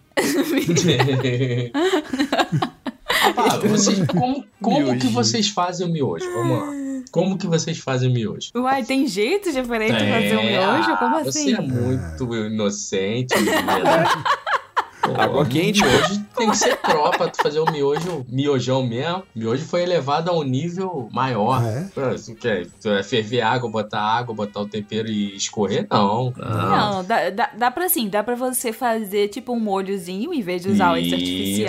S6: Ah, vocês, como como que
S7: Miojinho.
S6: vocês fazem o miojo? Vamos lá. Como que vocês fazem o miojo?
S4: Uai, tem jeito diferente de fazer um
S6: É,
S4: miojo? Como
S6: ah,
S4: assim?
S6: Você é muito inocente. menina. Pô,
S7: Água quente,
S6: miojo tem que ser pró pra tu fazer o miojo, miojão mesmo. Miojo foi elevado a um nível maior.
S3: Ah, é?
S6: Pô, Tu quer tu vai ferver água, botar água, botar o tempero e escorrer? Não. Não.
S4: Não, dá, dá, dá pra assim, dá pra você fazer tipo um molhozinho em vez de usar o leite
S6: Isso,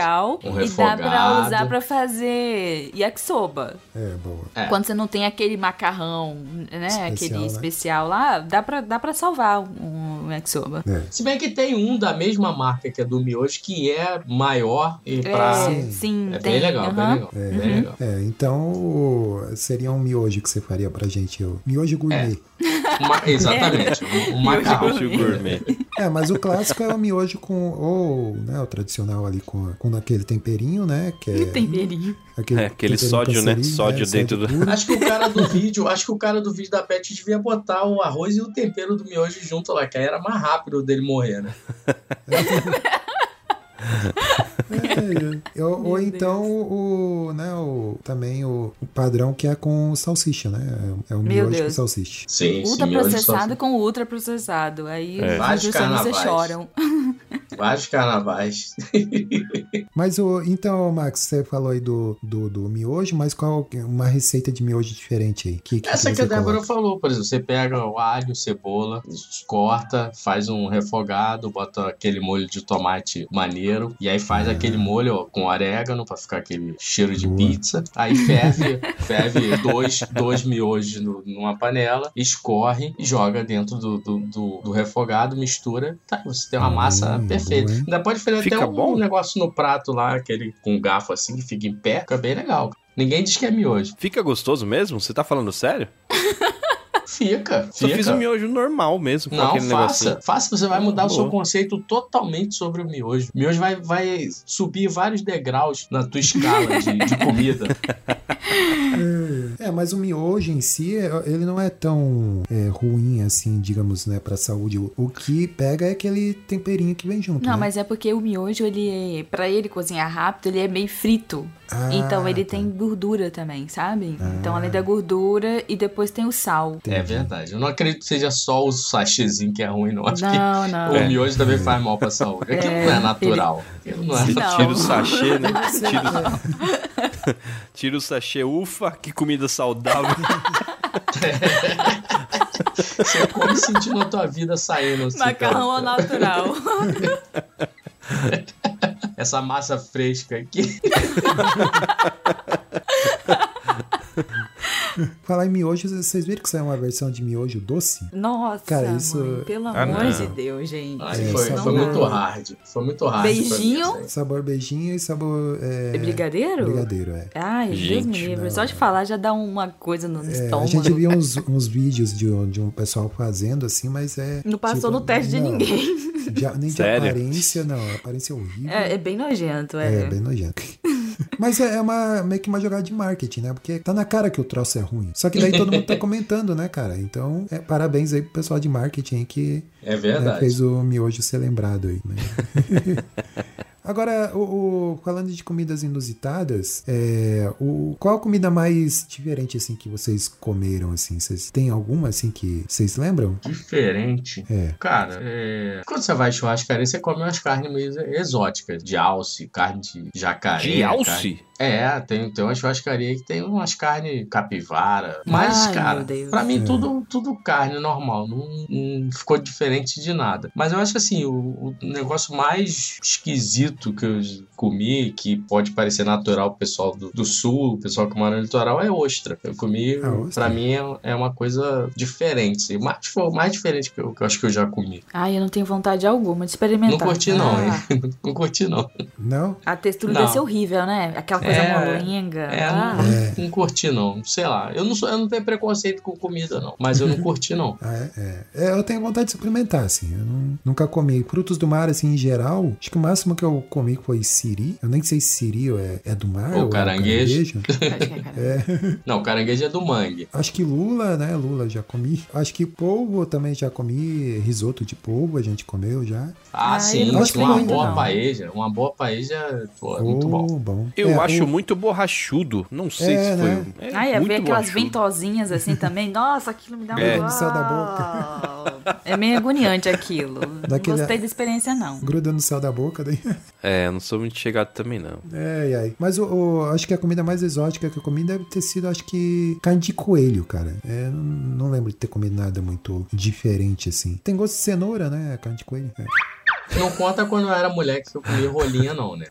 S4: artificial.
S6: um
S4: e dá pra
S6: refogado.
S4: usar pra fazer yakisoba.
S3: É, boa.
S6: É.
S4: Quando você não tem aquele macarrão, né?
S3: Especial,
S4: aquele
S3: né?
S4: especial lá, dá pra, dá pra salvar um um yakisoba.
S6: Se bem que tem um da mesma marca que é do miojo que é maior e pra.
S4: É, sim,
S6: É
S4: tem.
S6: bem legal, bem
S4: aham. Uhum.
S6: legal. Bem legal.
S3: É, então o- seria um miojo que você faria pra gente, o miojo gourmet.
S4: *laughs*
S6: Ma-
S4: É.
S6: exatamente. Um, um macarrão.
S7: Miojo gourmet.
S3: É, mas o clássico é o miojo com, ou, né, o tradicional ali com, com aquele temperinho, né, que é...
S4: Temperinho.
S3: Aquele,
S7: É, aquele
S3: temperinho
S7: sódio, né,
S3: cancerígeno,
S7: sódio dentro do- *laughs*
S3: puro.
S6: Acho que o cara do vídeo, acho que o cara do vídeo da Pet devia botar o arroz e o tempero do miojo junto lá, que aí era mais rápido dele morrer, né?
S3: É, ou ou então o, né, o também o, o padrão que é com salsicha, né? É o
S4: Meu
S3: miojo com
S4: Deus.
S3: salsicha.
S6: Sim, sim. miojo de
S4: Ultraprocessado com ultraprocessado. Aí
S3: É.
S4: os
S6: Vários
S4: nutricionistas
S6: carnavais.
S4: choram.
S3: Uhum.
S6: salsicha. Vários carnavais.
S3: Mas o então, Max, você falou aí do, do, do miojo, mas qual uma receita de miojo diferente aí? Que, que
S6: Essa É, que
S3: você
S6: a Débora
S3: coloca?
S6: falou, por exemplo, você pega o alho, cebola, corta, faz um refogado, bota aquele molho de tomate maneiro, e aí faz
S7: É.
S6: aquele molho ó, com orégano pra ficar aquele cheiro de
S3: Boa.
S6: pizza. Aí ferve, *laughs* ferve dois, dois miojos no- numa panela, escorre e joga dentro do, do, do- do refogado, mistura. Tá, você tem uma massa
S3: Hum,
S6: perfeita.
S3: boa, hein?
S6: Ainda pode fazer até
S7: Ah, Fica
S6: um
S7: bom?
S6: negócio no prato lá, aquele com garfo assim, que fica em pé, fica bem legal. Ninguém diz que é miojo.
S7: Fica gostoso mesmo? Você tá falando sério?
S6: Fica,
S7: Só
S6: fica.
S7: fiz um miojo normal mesmo, com
S6: Não,
S7: aquele negocinho.
S6: faça. Faça, você vai mudar o seu
S7: Boa.
S6: conceito totalmente sobre o miojo. O miojo vai, vai subir vários degraus na tua escala de, de
S7: *laughs*
S6: comida.
S3: É, mas o miojo em si, é- ele não é tão é, ruim assim, digamos, né, pra saúde. O, o que pega é aquele temperinho que vem junto.
S4: Não,
S3: né?
S4: mas é porque o miojo, ele é, pra ele cozinhar rápido, ele é meio frito.
S3: Ah,
S4: então ele
S3: tá. Ah.
S4: tem gordura também, sabe? Então além da gordura e depois tem o sal.
S6: é verdade. Eu não acredito que seja só o sachêzinho que é ruim, não. Acho
S4: Não,
S6: que
S4: não.
S7: É.
S6: o miojo também faz mal pra saúde. Aquilo
S4: É,
S6: não é natural. Aquilo não é
S4: Sim.
S6: natural.
S4: Não.
S7: Tira o sachê, né? Tira, o- *laughs* Tira o sachê, ufa, que comida
S6: *laughs*
S7: saudável.
S6: Você come sentindo a tua vida saindo. assim,
S4: Macarrão é um ao
S6: cara. *laughs*
S4: natural.
S6: Essa massa fresca aqui.
S3: Falar em miojo, vocês viram que saiu uma versão de miojo doce?
S4: Nossa,
S3: Cara, isso-
S4: mãe, pelo
S7: Ah,
S4: amor
S7: não.
S4: de Deus, gente.
S6: Ai,
S3: É,
S6: foi,
S3: isso é
S6: foi
S3: bom.
S6: muito hard. Foi muito hard. pra mim, assim.
S4: Beijinho?
S6: isso aí.
S3: Sabor beijinho e sabor. É,
S4: É brigadeiro?
S3: brigadeiro, é.
S4: Ai, Deus me
S7: Gente,
S4: livre. Só de falar já dá uma coisa no
S3: É,
S4: estômago.
S3: a gente viu uns, uns vídeos de, um- de um pessoal fazendo assim, mas é.
S4: Não passou no teste de
S3: não,
S4: ninguém. *laughs*
S3: já- nem de
S7: Sério?
S3: aparência, não. Aparência horrível.
S4: É, é bem nojento,
S3: É,
S4: é.
S3: bem nojento. *laughs* Mas é é uma, meio que uma jogada de marketing, né? Porque tá na cara que o troço é ruim. Só que daí todo mundo tá comentando, né, cara? Então, é, parabéns aí pro pessoal de marketing aí que
S6: É
S3: né,
S6: verdade.
S3: fez o miojo ser lembrado aí, né? *laughs* Agora, o, o- falando de comidas inusitadas, é, o, qual a comida mais diferente, assim, que vocês comeram, assim? Vocês têm alguma, assim, que vocês lembram?
S6: Diferente.
S3: É.
S6: Cara, é... quando você vai em churrascaria, você come umas carnes meio exóticas. De alce, carne de jacaré.
S7: De
S6: carne-
S7: alce?
S6: É, tem, tem uma churrascaria que tem umas carnes capivara. Mas,
S4: Ai,
S6: cara,
S4: meu Deus.
S6: pra mim tudo, tudo carne normal. Não, não ficou diferente de nada. Mas eu acho assim, o, o negócio mais esquisito que eu comi, que pode parecer natural pro pessoal do, do sul, o pessoal que mora no litoral, é ostra. Eu comi,
S3: A ostra?
S6: pra mim é, é uma coisa diferente. Mas foi o mais diferente que eu, que eu acho que eu já comi.
S4: Ai, eu não tenho vontade alguma de
S6: Não
S4: experimentar.
S6: curti, não,
S4: Ah,
S6: hein? *laughs* Não curti, não.
S3: Não?
S4: A textura
S6: Não.
S4: deve ser horrível, né? Aquela coisa
S6: É,
S4: molenga.
S6: É,
S4: Ah.
S6: não, não curti não. Sei lá, eu não, sou, eu não tenho preconceito com comida não, mas eu não curti não.
S3: Ah, é, é. É, eu tenho vontade de experimentar, assim. Eu não- nunca comi frutos do mar, assim, em geral. Acho que o máximo que eu comi foi siri. Eu nem sei se siri é, é do mar
S6: Ou
S3: é
S6: caranguejo.
S3: caranguejo.
S4: Acho que é, cara.
S6: Não, caranguejo é do mangue.
S3: Acho que lula, né? Lula já comi. Acho que polvo também já comi. Risoto de polvo a gente comeu já.
S6: Ah,
S4: Ah, eu
S6: sim,
S4: não
S3: gostei
S6: uma
S3: muito,
S6: boa
S3: não.
S6: paeja, uma boa paeja, pô, é muito
S3: Oh,
S6: bom.
S7: Eu
S3: É,
S7: acho
S3: o-
S7: muito borrachudo. Não sei
S3: É,
S7: se foi.
S3: né?
S7: É
S4: Ai, é ver
S7: muito
S4: aquelas
S7: borrachudo.
S4: ventosinhas assim também. Nossa, aquilo me dá um
S7: É.
S4: uau.
S3: Sal da
S4: É meio agoniante aquilo.
S3: Daquele-
S4: Não gostei da experiência, não.
S3: Gruda no céu da boca, daí. *laughs*
S7: É, eu não sou muito chegado também, não.
S3: É, e aí? Mas o, o- acho que a comida mais exótica que eu comi deve ter sido, acho que, carne de coelho, cara. É, não, não lembro de ter comido nada muito diferente, assim. Tem gosto de cenoura, né? Carne de coelho. É.
S7: Oh.
S6: Não conta quando eu era mulher que eu comia rolinha não, né?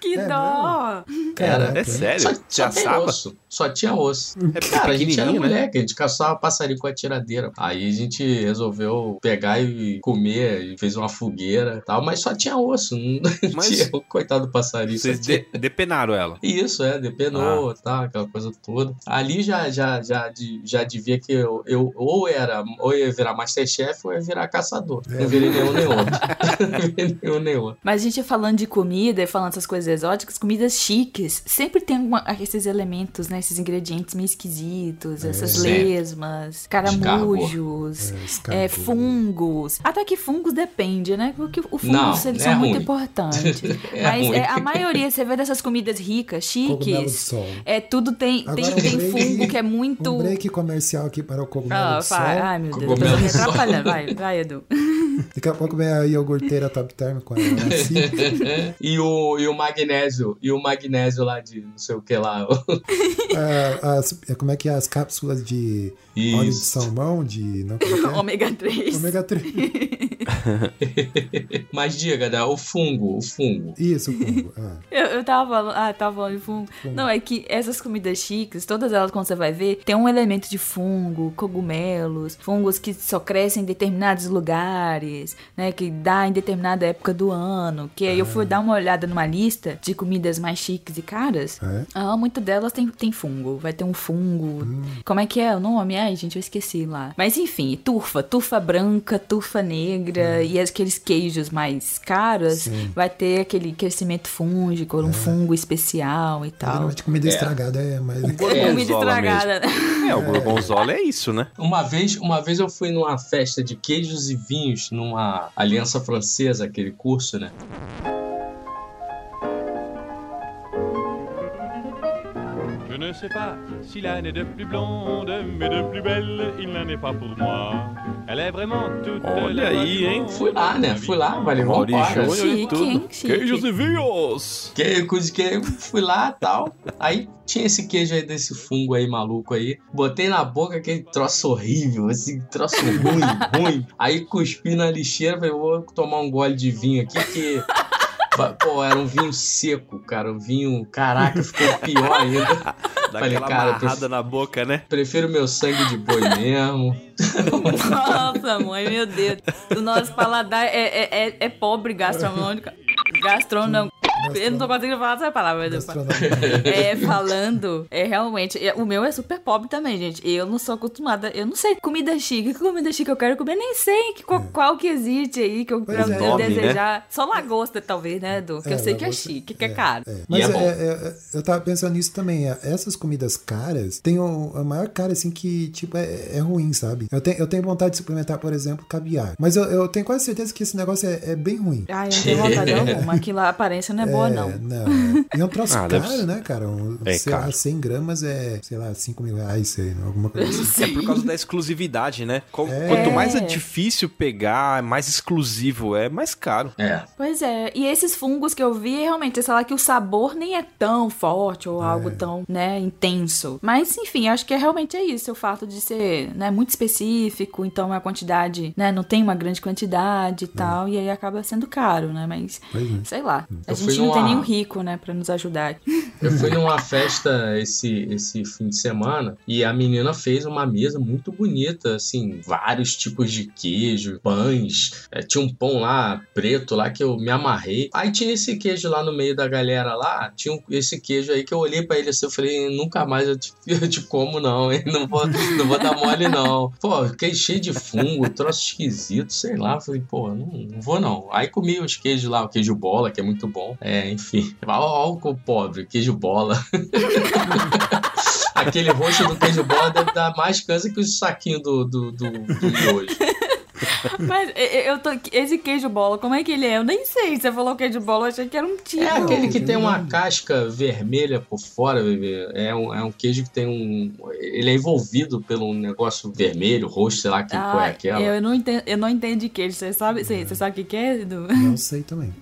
S4: Que
S3: É,
S4: dó!
S6: Cara,
S7: É sério?
S6: Só,
S7: Você
S6: só tem
S7: assava?
S6: osso, só tinha osso.
S7: É porque
S6: Cara, a gente era
S7: pequenininho, né?
S6: mulher, que a gente caçava passarinho com a tiradeira. Aí a gente resolveu pegar e comer, e fez uma fogueira e tal, mas só tinha osso. *laughs* Não
S7: Mas-
S6: tinha o coitado do passarinho. só
S7: Vocês
S6: tinha-
S7: de- depenaram ela.
S6: Isso, é, depenou, tá, aquela coisa toda. Ali já, já, já, de- já devia que eu, eu ou era, ou ia virar Masterchef ou ia virar caçador. Não virei nenhum nem outro. Não virei nenhum nem outro.
S4: Mas a gente falando de comida e falando essas coisas exóticas, comidas chiques, vezes, sempre tem alguma- esses elementos, né? Esses ingredientes meio esquisitos, essas
S6: Sempre.
S4: lesmas, caramujos,
S3: escargot.
S4: é, fungos. Até que fungos depende, né? Porque o fungo
S6: Não,
S4: eles
S6: é
S4: são muito
S6: ruim.
S4: importantes.
S6: É
S4: Mas
S6: ruim.
S4: é, a maioria, você vê dessas comidas ricas,
S3: Cogumelo do
S4: chiques.
S3: sol.
S4: É, tudo tem, tem,
S3: Agora um
S4: tem
S3: break-
S4: fungo que é muito.
S3: Um break comercial aqui para o cogumelo
S4: Ah,
S3: do sol.
S4: vai. Ai, meu Deus, eu tô
S6: Cogumelo
S4: me
S6: do sol.
S4: atrapalhando. Vai, vai, Edu. *laughs*
S3: Daqui a pouco vem a iogurteira top term com a assim. Nancy.
S6: É. E o, e o magnésio, e o magnésio lá de não sei o que lá.
S3: Ah, as- é, como é que é? As cápsulas de óleo de
S6: Isso.
S3: salmão, de... Não,
S4: *laughs*
S3: como é que é?
S4: Ômega 3.
S3: Ômega 3.
S6: Mas diga, né? O fungo, o fungo.
S3: Isso, fungo. Ah,
S4: Eu, eu tava falando. Ah, tava falando de fungo. Não, é que essas comidas chiques, todas elas, quando você vai ver, tem um elemento de fungo, cogumelos, fungos que só crescem em determinados lugares, né? Que dá em determinada época do ano. Que aí eu fui dar uma olhada numa lista de comidas mais chiques e caras.
S3: É?
S4: Ah, muitas delas tem, tem fungo. Vai ter um fungo. Como é que é o nome? Ai, gente, eu esqueci lá. Mas enfim, turfa. Turfa branca, turfa negra e aqueles queijos mais caros. Vai ter aquele crescimento fúngico,
S3: É.
S4: um fungo especial e tal.
S3: geralmente comida estragada é mais...
S7: O gorgonzola
S4: estragada. né?
S7: mesmo. É, o gorgonzola é isso, né?
S6: Uma vez, uma vez eu fui numa festa de queijos e vinhos numa Aliança Francesa, aquele curso, né?
S5: Je ne sais pas Ah, si la n'est de plus blonde, mais de plus belle, il n'en est pas pour moi. Elle est vraiment toute
S7: Olha aí, hein?
S6: Fui lá, né? Fui lá, valeu, vambora.
S7: Maurício,
S4: Chique,
S7: e tudo.
S4: hein? Chique.
S7: Queijos e vinhos!
S6: Que, que, que, fui lá tal. Aí tinha esse queijo aí desse fungo aí maluco aí. Botei na boca aquele troço horrível, esse troço ruim,
S3: *laughs*
S6: ruim. Aí cuspi na lixeira, falei, vou tomar um gole de vinho aqui que. Pô, era um vinho seco, cara. Um vinho, caraca, ficou pior
S3: *laughs*
S6: ainda.
S7: Dá
S6: Falei,
S7: aquela
S6: cara,
S7: amarrada
S6: pref-
S7: na boca, né?
S6: Prefiro meu sangue de boi mesmo.
S4: Nossa, mãe, meu Deus. O nosso paladar é, é, é, é pobre gastronômico. Gastrônomo. Eu não tô conseguindo falar essa palavra, meu Deus.
S3: Gastronômica.
S4: É, falando, é realmente. é, o meu é super pobre também, gente. Eu não sou acostumada. Eu não sei comida chique. Que comida chique eu quero comer? Nem sei que, qual, qual que existe aí que eu
S3: É. Pois
S4: pra
S3: é.
S4: eu
S7: Nome, né?
S4: desejar. Só lagosta, talvez, né, Edu? Que
S3: É,
S4: eu sei que é
S3: lagosta-
S4: chique, que é, caro.
S3: É, *laughs* Mas
S6: é bom.
S3: é, é, eu tava pensando nisso também. é, Essas comidas caras têm o- a maior cara, assim, que, tipo, é, é ruim, sabe? Eu, tenho eu tenho vontade de suplementar, por exemplo, caviar. Mas eu, eu tenho quase certeza que esse negócio é, é bem ruim.
S4: Ai, eu não tenho vontade alguma. Aquilo, a aparência não é, boa,
S6: *laughs*
S4: não.
S3: E é um troço
S7: Ah, deve
S3: caro,
S7: ser.
S3: né, cara? Um,
S7: É
S3: sei lá,
S7: caro.
S3: 100 gramas é, sei lá, 5 mil reais, sei, lá, alguma coisa assim.
S4: *laughs*
S7: É por causa da exclusividade, né? Qual-
S3: É.
S7: Quanto mais é difícil pegar, mais exclusivo é, mais caro.
S6: É.
S4: Pois é, e esses fungos que eu vi, realmente, sei lá, que o sabor nem é tão forte ou
S6: É.
S4: algo tão, né, intenso. Mas, enfim, acho que é, realmente é isso, o fato de ser, né, muito específico, então a quantidade, né, não tem uma grande quantidade
S6: Hum.
S4: e tal, e aí acaba sendo caro, né, mas,
S3: Pois é.
S4: sei lá, a
S6: Eu fui
S4: gente não tem
S6: numa-
S4: nenhum rico, né, pra nos
S6: *laughs*
S4: ajudar.
S6: Eu fui numa festa esse, esse fim de semana e a menina fez uma mesa muito bonita, assim, vários tipos de queijo, pães. É, tinha um pão lá preto lá que eu me amarrei. Aí tinha esse queijo lá no meio da galera lá, tinha um- esse queijo aí que eu olhei pra ele assim, eu falei, nunca mais eu te, *laughs* eu te como não, hein? Não vou, não vou dar mole não. Pô, fiquei cheio de fungo, troço esquisito, sei lá. Eu Falei, pô, não, não vou não. Aí comi os queijos lá, o queijo bola, que é muito bom. É, enfim. *laughs* Ó, ó o pobre, queijo bola. *laughs* Aquele roxo do queijo bola deve dar mais câncer que o saquinho do, do, do, do miojo.
S4: mas e- e- eu tô, esse queijo bola, como é que ele é? Eu nem sei, você falou queijo bola, eu achei que era um tipo.
S6: É aquele que tem uma
S3: Hum.
S6: casca vermelha por fora, bebê. É um, é um queijo que tem um. Ele é envolvido pelo negócio vermelho, roxo, sei lá que cor é
S4: Ah,
S6: aquela. Uhum.
S4: eu não entendo, eu não entendo de queijo, você sabe, você, você sabe o que que é, Edu?
S3: Não sei também.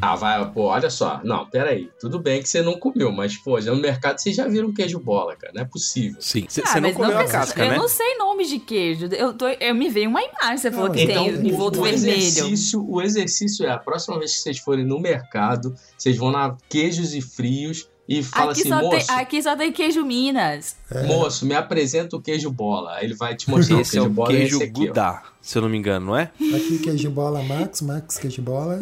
S6: Ah, vai, pô, olha só. Não, peraí. Tudo bem que você não comeu, mas, pô, já no mercado vocês já viram queijo bola, cara. Não é possível.
S7: Sim. Você
S4: Ah,
S7: não
S4: mas
S7: comeu a
S4: precisa-
S7: casca,
S4: eu
S7: né?
S4: não sei nome de queijo. Eu, tô, eu me veio uma imagem, você falou
S3: Não,
S4: que
S3: então,
S4: tem envolto
S6: o,
S4: vermelho.
S6: exercício, o exercício é a próxima vez que vocês forem no mercado, vocês vão na queijos e frios e fala
S4: Aqui
S6: assim,
S4: só, tem,
S6: moço,
S4: aqui só tem queijo Minas.
S6: moço, me apresenta o queijo bola. Aí Ele vai te mostrar
S7: Esse é
S6: o queijo
S7: o
S6: bola
S7: queijo
S6: e esse aqui, ó.
S7: Gouda, se eu não me engano, não é?
S3: é Aqui, queijo bola Max, Max, queijo bola.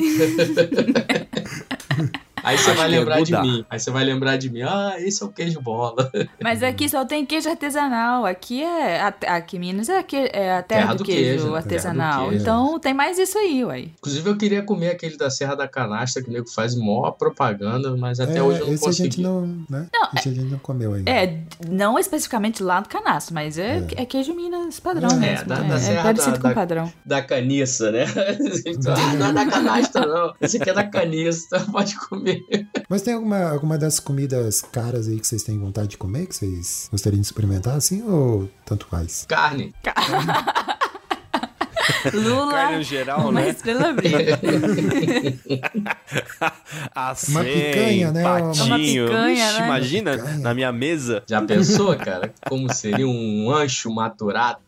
S6: Aí você
S7: Acho
S6: vai
S7: que ia
S6: lembrar de
S7: mudar.
S6: mim. Aí você vai lembrar de mim. Ah, esse é o queijo bola. *laughs*
S4: Mas aqui só tem queijo artesanal. Aqui é. a- Aqui em Minas é a, que- é a terra, do, queijo,
S6: né?
S4: artesanal.
S6: Terra do queijo.
S4: Então tem mais isso aí, ué.
S6: Inclusive, eu queria comer aquele da Serra da Canastra que o nego faz mó propaganda, mas até
S3: É,
S6: hoje eu não
S3: esse a gente
S6: consegui.
S3: não, né? esse a gente não comeu ainda.
S4: É, não especificamente lá do canasto, mas é, é queijo Minas padrão
S3: É,
S4: mesmo.
S6: da-
S4: né?
S6: da
S4: é,
S6: Serra
S4: parecido
S6: da-
S4: com
S6: da- *laughs*
S4: padrão.
S6: Da caniça, né? *laughs* Então, ah, não é da canastra, não. Esse aqui é da caniça, *laughs* pode comer.
S3: Mas tem alguma, alguma das comidas caras aí que vocês têm vontade de comer, que vocês gostariam de experimentar assim, ou tanto faz?
S6: Carne.
S7: Carne
S4: Lula,
S7: em geral,
S4: uma
S7: né?
S4: estrela brilha.
S7: Assim,
S3: Uma picanha, né?
S4: Uma
S7: Patinho.
S4: picanha,
S7: Ixi,
S4: né?
S7: Imagina na minha mesa.
S6: Já pensou, cara? Como seria um ancho maturado?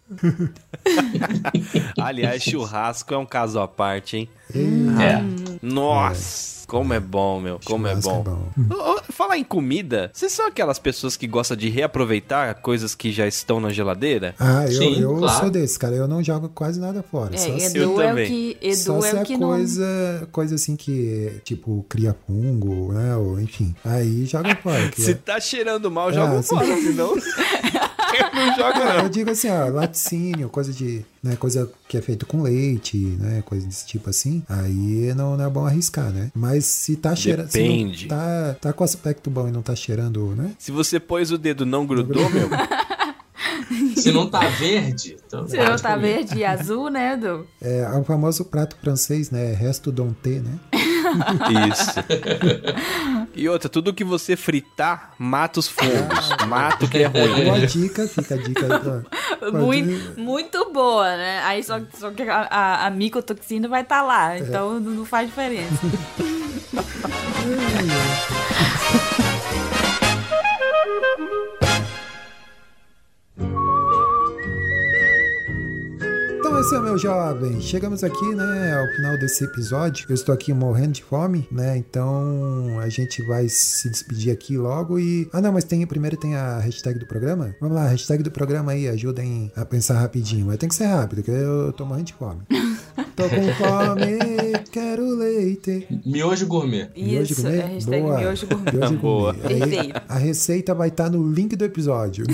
S7: Aliás, churrasco é um caso à parte, hein?
S4: Hum.
S6: É.
S7: Nossa, como é bom, meu. Como é
S3: Churrasco
S7: bom.
S4: Hum.
S7: Ô, ô, Falar em comida, vocês são aquelas pessoas que gostam de reaproveitar coisas que já estão na geladeira?
S3: Ah, eu,
S6: Sim,
S3: eu
S6: claro.
S3: sou desse, cara. Eu não jogo quase nada fora.
S4: É,
S3: só se,
S7: eu
S4: Edu é o
S7: também.
S4: que, Edu
S3: só se
S4: é o
S3: é
S4: que
S3: coisa, coisa assim que, tipo, cria fungo, né? Ou enfim. Aí joga fora. que
S7: Se
S3: é-
S7: tá cheirando mal,
S3: É,
S7: joga
S3: sim.
S7: fora,
S3: *laughs*
S7: senão. Eu não jogo,
S3: Cara,
S7: *laughs* não.
S3: eu digo assim, ó, laticínio, coisa de. Né, coisa que é feito com leite, né? Coisa desse tipo assim. Aí não, não é bom arriscar, né? Mas se tá cheirando. se não
S7: Depende.
S3: Tá, tá com aspecto bom e não tá cheirando, né?
S7: Se você pôs o dedo não grudou, meu,
S6: Se não tá verde, então.
S4: não. Se
S6: pode
S4: não tá
S6: comer.
S4: verde e azul, né, Edu?
S3: É o famoso prato francês, né? Resto donté, né?
S7: Isso. E outra, tudo que você fritar mata os fungos.
S3: Ah.
S7: Mata o que é ruim.
S3: Boa dica, fica a dica
S7: *laughs*
S3: aí pra. pra-
S4: Muito, muito boa, né? Aí só, só que a, a, a micotoxina vai estar
S3: É.
S4: lá, então não não
S3: *laughs*
S4: faz diferença.
S3: Então é isso, meu jovem. Chegamos aqui, né, ao final desse episódio. Eu estou aqui morrendo de fome, né? Então a gente vai se despedir aqui logo e ah não, mas tem primeiro tem a hashtag do programa. Vamos lá, hashtag do programa aí, ajudem a pensar rapidinho. Mas tem que ser rápido, que eu tô morrendo de fome. tô com fome, quero leite.
S6: Miojo gourmet.
S3: Miojo
S4: Isso,
S3: gourmet?
S4: é hashtag
S3: Boa.
S4: miojo gourmet.
S3: Miojo
S7: Boa.
S3: gourmet. Aí,
S4: Perfeito.
S3: A receita vai estar no link do episódio.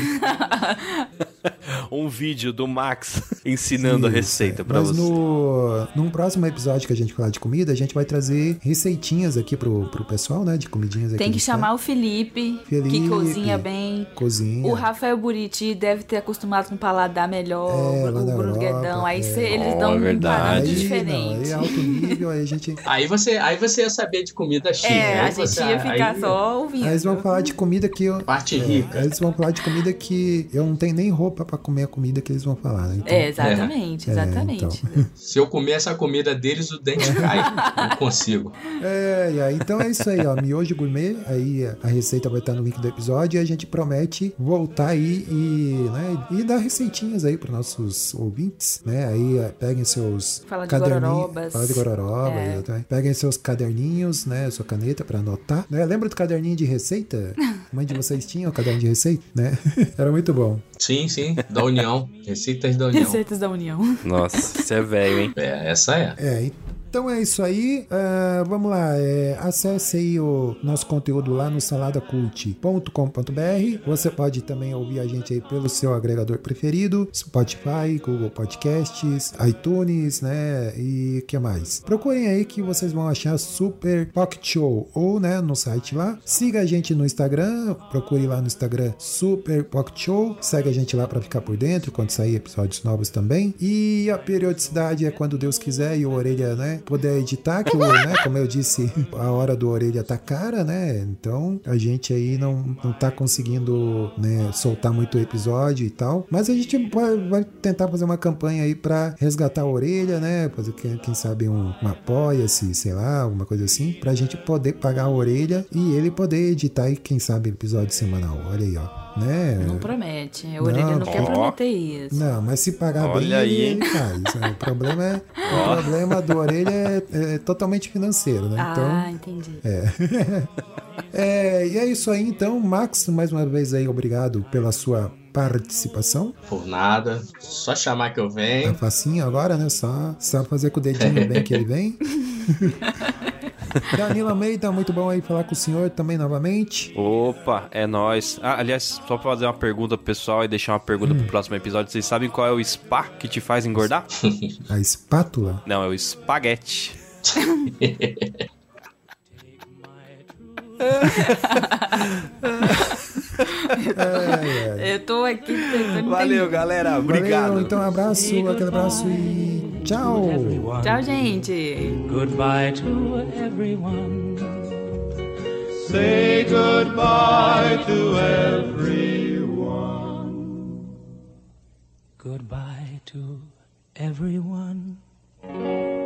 S7: Um vídeo do Max *laughs* ensinando a
S3: Isso,
S7: receita
S3: é.
S7: pra
S3: Mas
S7: você.
S3: No, num próximo episódio que a gente falar de comida, a gente vai trazer receitinhas aqui pro, pro pessoal, né? De comidinhas aqui.
S4: Tem que chamar o Felipe,
S3: Felipe.
S4: que cozinha bem.
S3: Cozinha.
S4: O Rafael Buriti deve ter acostumado com um paladar melhor,
S3: É, lá
S4: o
S3: na
S4: Bruno
S3: Europa,
S4: Guedão. Aí
S3: é.
S4: cê- eles
S7: Oh,
S4: dão um
S7: verdade.
S4: parâmetro
S3: aí,
S4: diferente.
S3: Não, aí é alto nível, aí a
S4: *laughs*
S3: gente.
S6: Aí você, aí você ia saber de comida chique.
S4: é,
S6: aí
S4: a gente
S6: você- ah,
S4: ia ficar
S6: aí-
S4: só ouvindo.
S3: Aí eles vão falar de comida que eu.
S6: Parte
S3: é,
S6: rica.
S3: aí eles vão falar de comida que eu não tenho nem roupa pra comer a comida que eles vão falar, né? Então,
S4: É, exatamente, exatamente.
S6: Se eu comer essa comida deles, o dente cai. Não consigo.
S3: É, e aí, então é isso aí, ó. Miojo Gourmet, aí a receita vai estar no link do episódio e a gente promete voltar aí e, né, e dar receitinhas aí para nossos ouvintes, né? Aí é, peguem seus
S4: Fala de
S3: caderninhos.
S4: gororobas.
S3: Fala de gororoba,
S4: É.
S3: exatamente. Peguem seus caderninhos, né? Sua caneta para anotar. Né? Lembra do caderninho de
S4: *laughs*
S3: receita? Mãe de vocês tinha o caderno de receita, né? *laughs* Era muito bom.
S6: Sim, sim. Da União. Receitas da União.
S4: Receitas da União.
S7: Nossa, você é velho, hein?
S6: É, essa é.
S3: É, então é isso aí. Ah, vamos lá, é, acesse aí o nosso conteúdo lá no saladacult.com.br. Você pode também ouvir a gente aí pelo seu agregador preferido, Spotify, Google Podcasts, iTunes, né? E que mais? Procurem aí que vocês vão achar Super Pocket Show ou, né, no site lá. Siga a gente no Instagram, procure lá no Instagram Super Pocket Show. Segue a gente lá para ficar por dentro quando sair episódios novos também. E a periodicidade é quando Deus quiser e o Orelha, né, puder editar, que, o, né, como eu disse, a hora do Orelha tá cara, né? Então a gente aí não, não tá conseguindo, né, soltar muito episódio e tal. Mas a gente vai, vai tentar fazer uma campanha aí pra resgatar a Orelha, né? Fazer, quem, quem sabe, um, um apoia-se, sei lá, alguma coisa assim, pra gente poder pagar a Orelha e ele poder editar aí, quem sabe, episódio semanal. Olha aí, ó. Né?
S4: Não promete. A orelha não,
S3: Não, tá
S4: quer
S7: ó.
S4: prometer isso.
S3: Não, mas se pagar bem,
S7: Olha aí,
S3: ele, ele faz. né? O problema, é, o problema do orelha é, é totalmente financeiro, né? Então,
S4: Ah, entendi.
S3: é, e é isso aí, então. Max, mais uma vez aí, obrigado pela sua participação.
S6: Por nada. Só chamar que eu
S3: Tá
S6: venho.
S3: facinho agora, né? Só, só fazer com o dedinho bem que ele vem. Danilo Almeida, muito bom aí falar com o senhor também novamente.
S7: Opa, é nóis. Ah, aliás, só pra fazer uma pergunta pro pessoal e deixar uma pergunta pro próximo episódio. Vocês sabem qual é o spa que te faz *laughs* engordar?
S3: A espátula.
S7: Não, é o espaguete.
S3: É, é.
S4: Eu tô aqui tentando
S7: Valeu, galera. Obrigado.
S3: Valeu, então abraço, aquele abraço e tchau.
S4: entender. Tchau, gente.
S9: Goodbye to everyone.
S5: Say goodbye to everyone.
S9: Goodbye to everyone.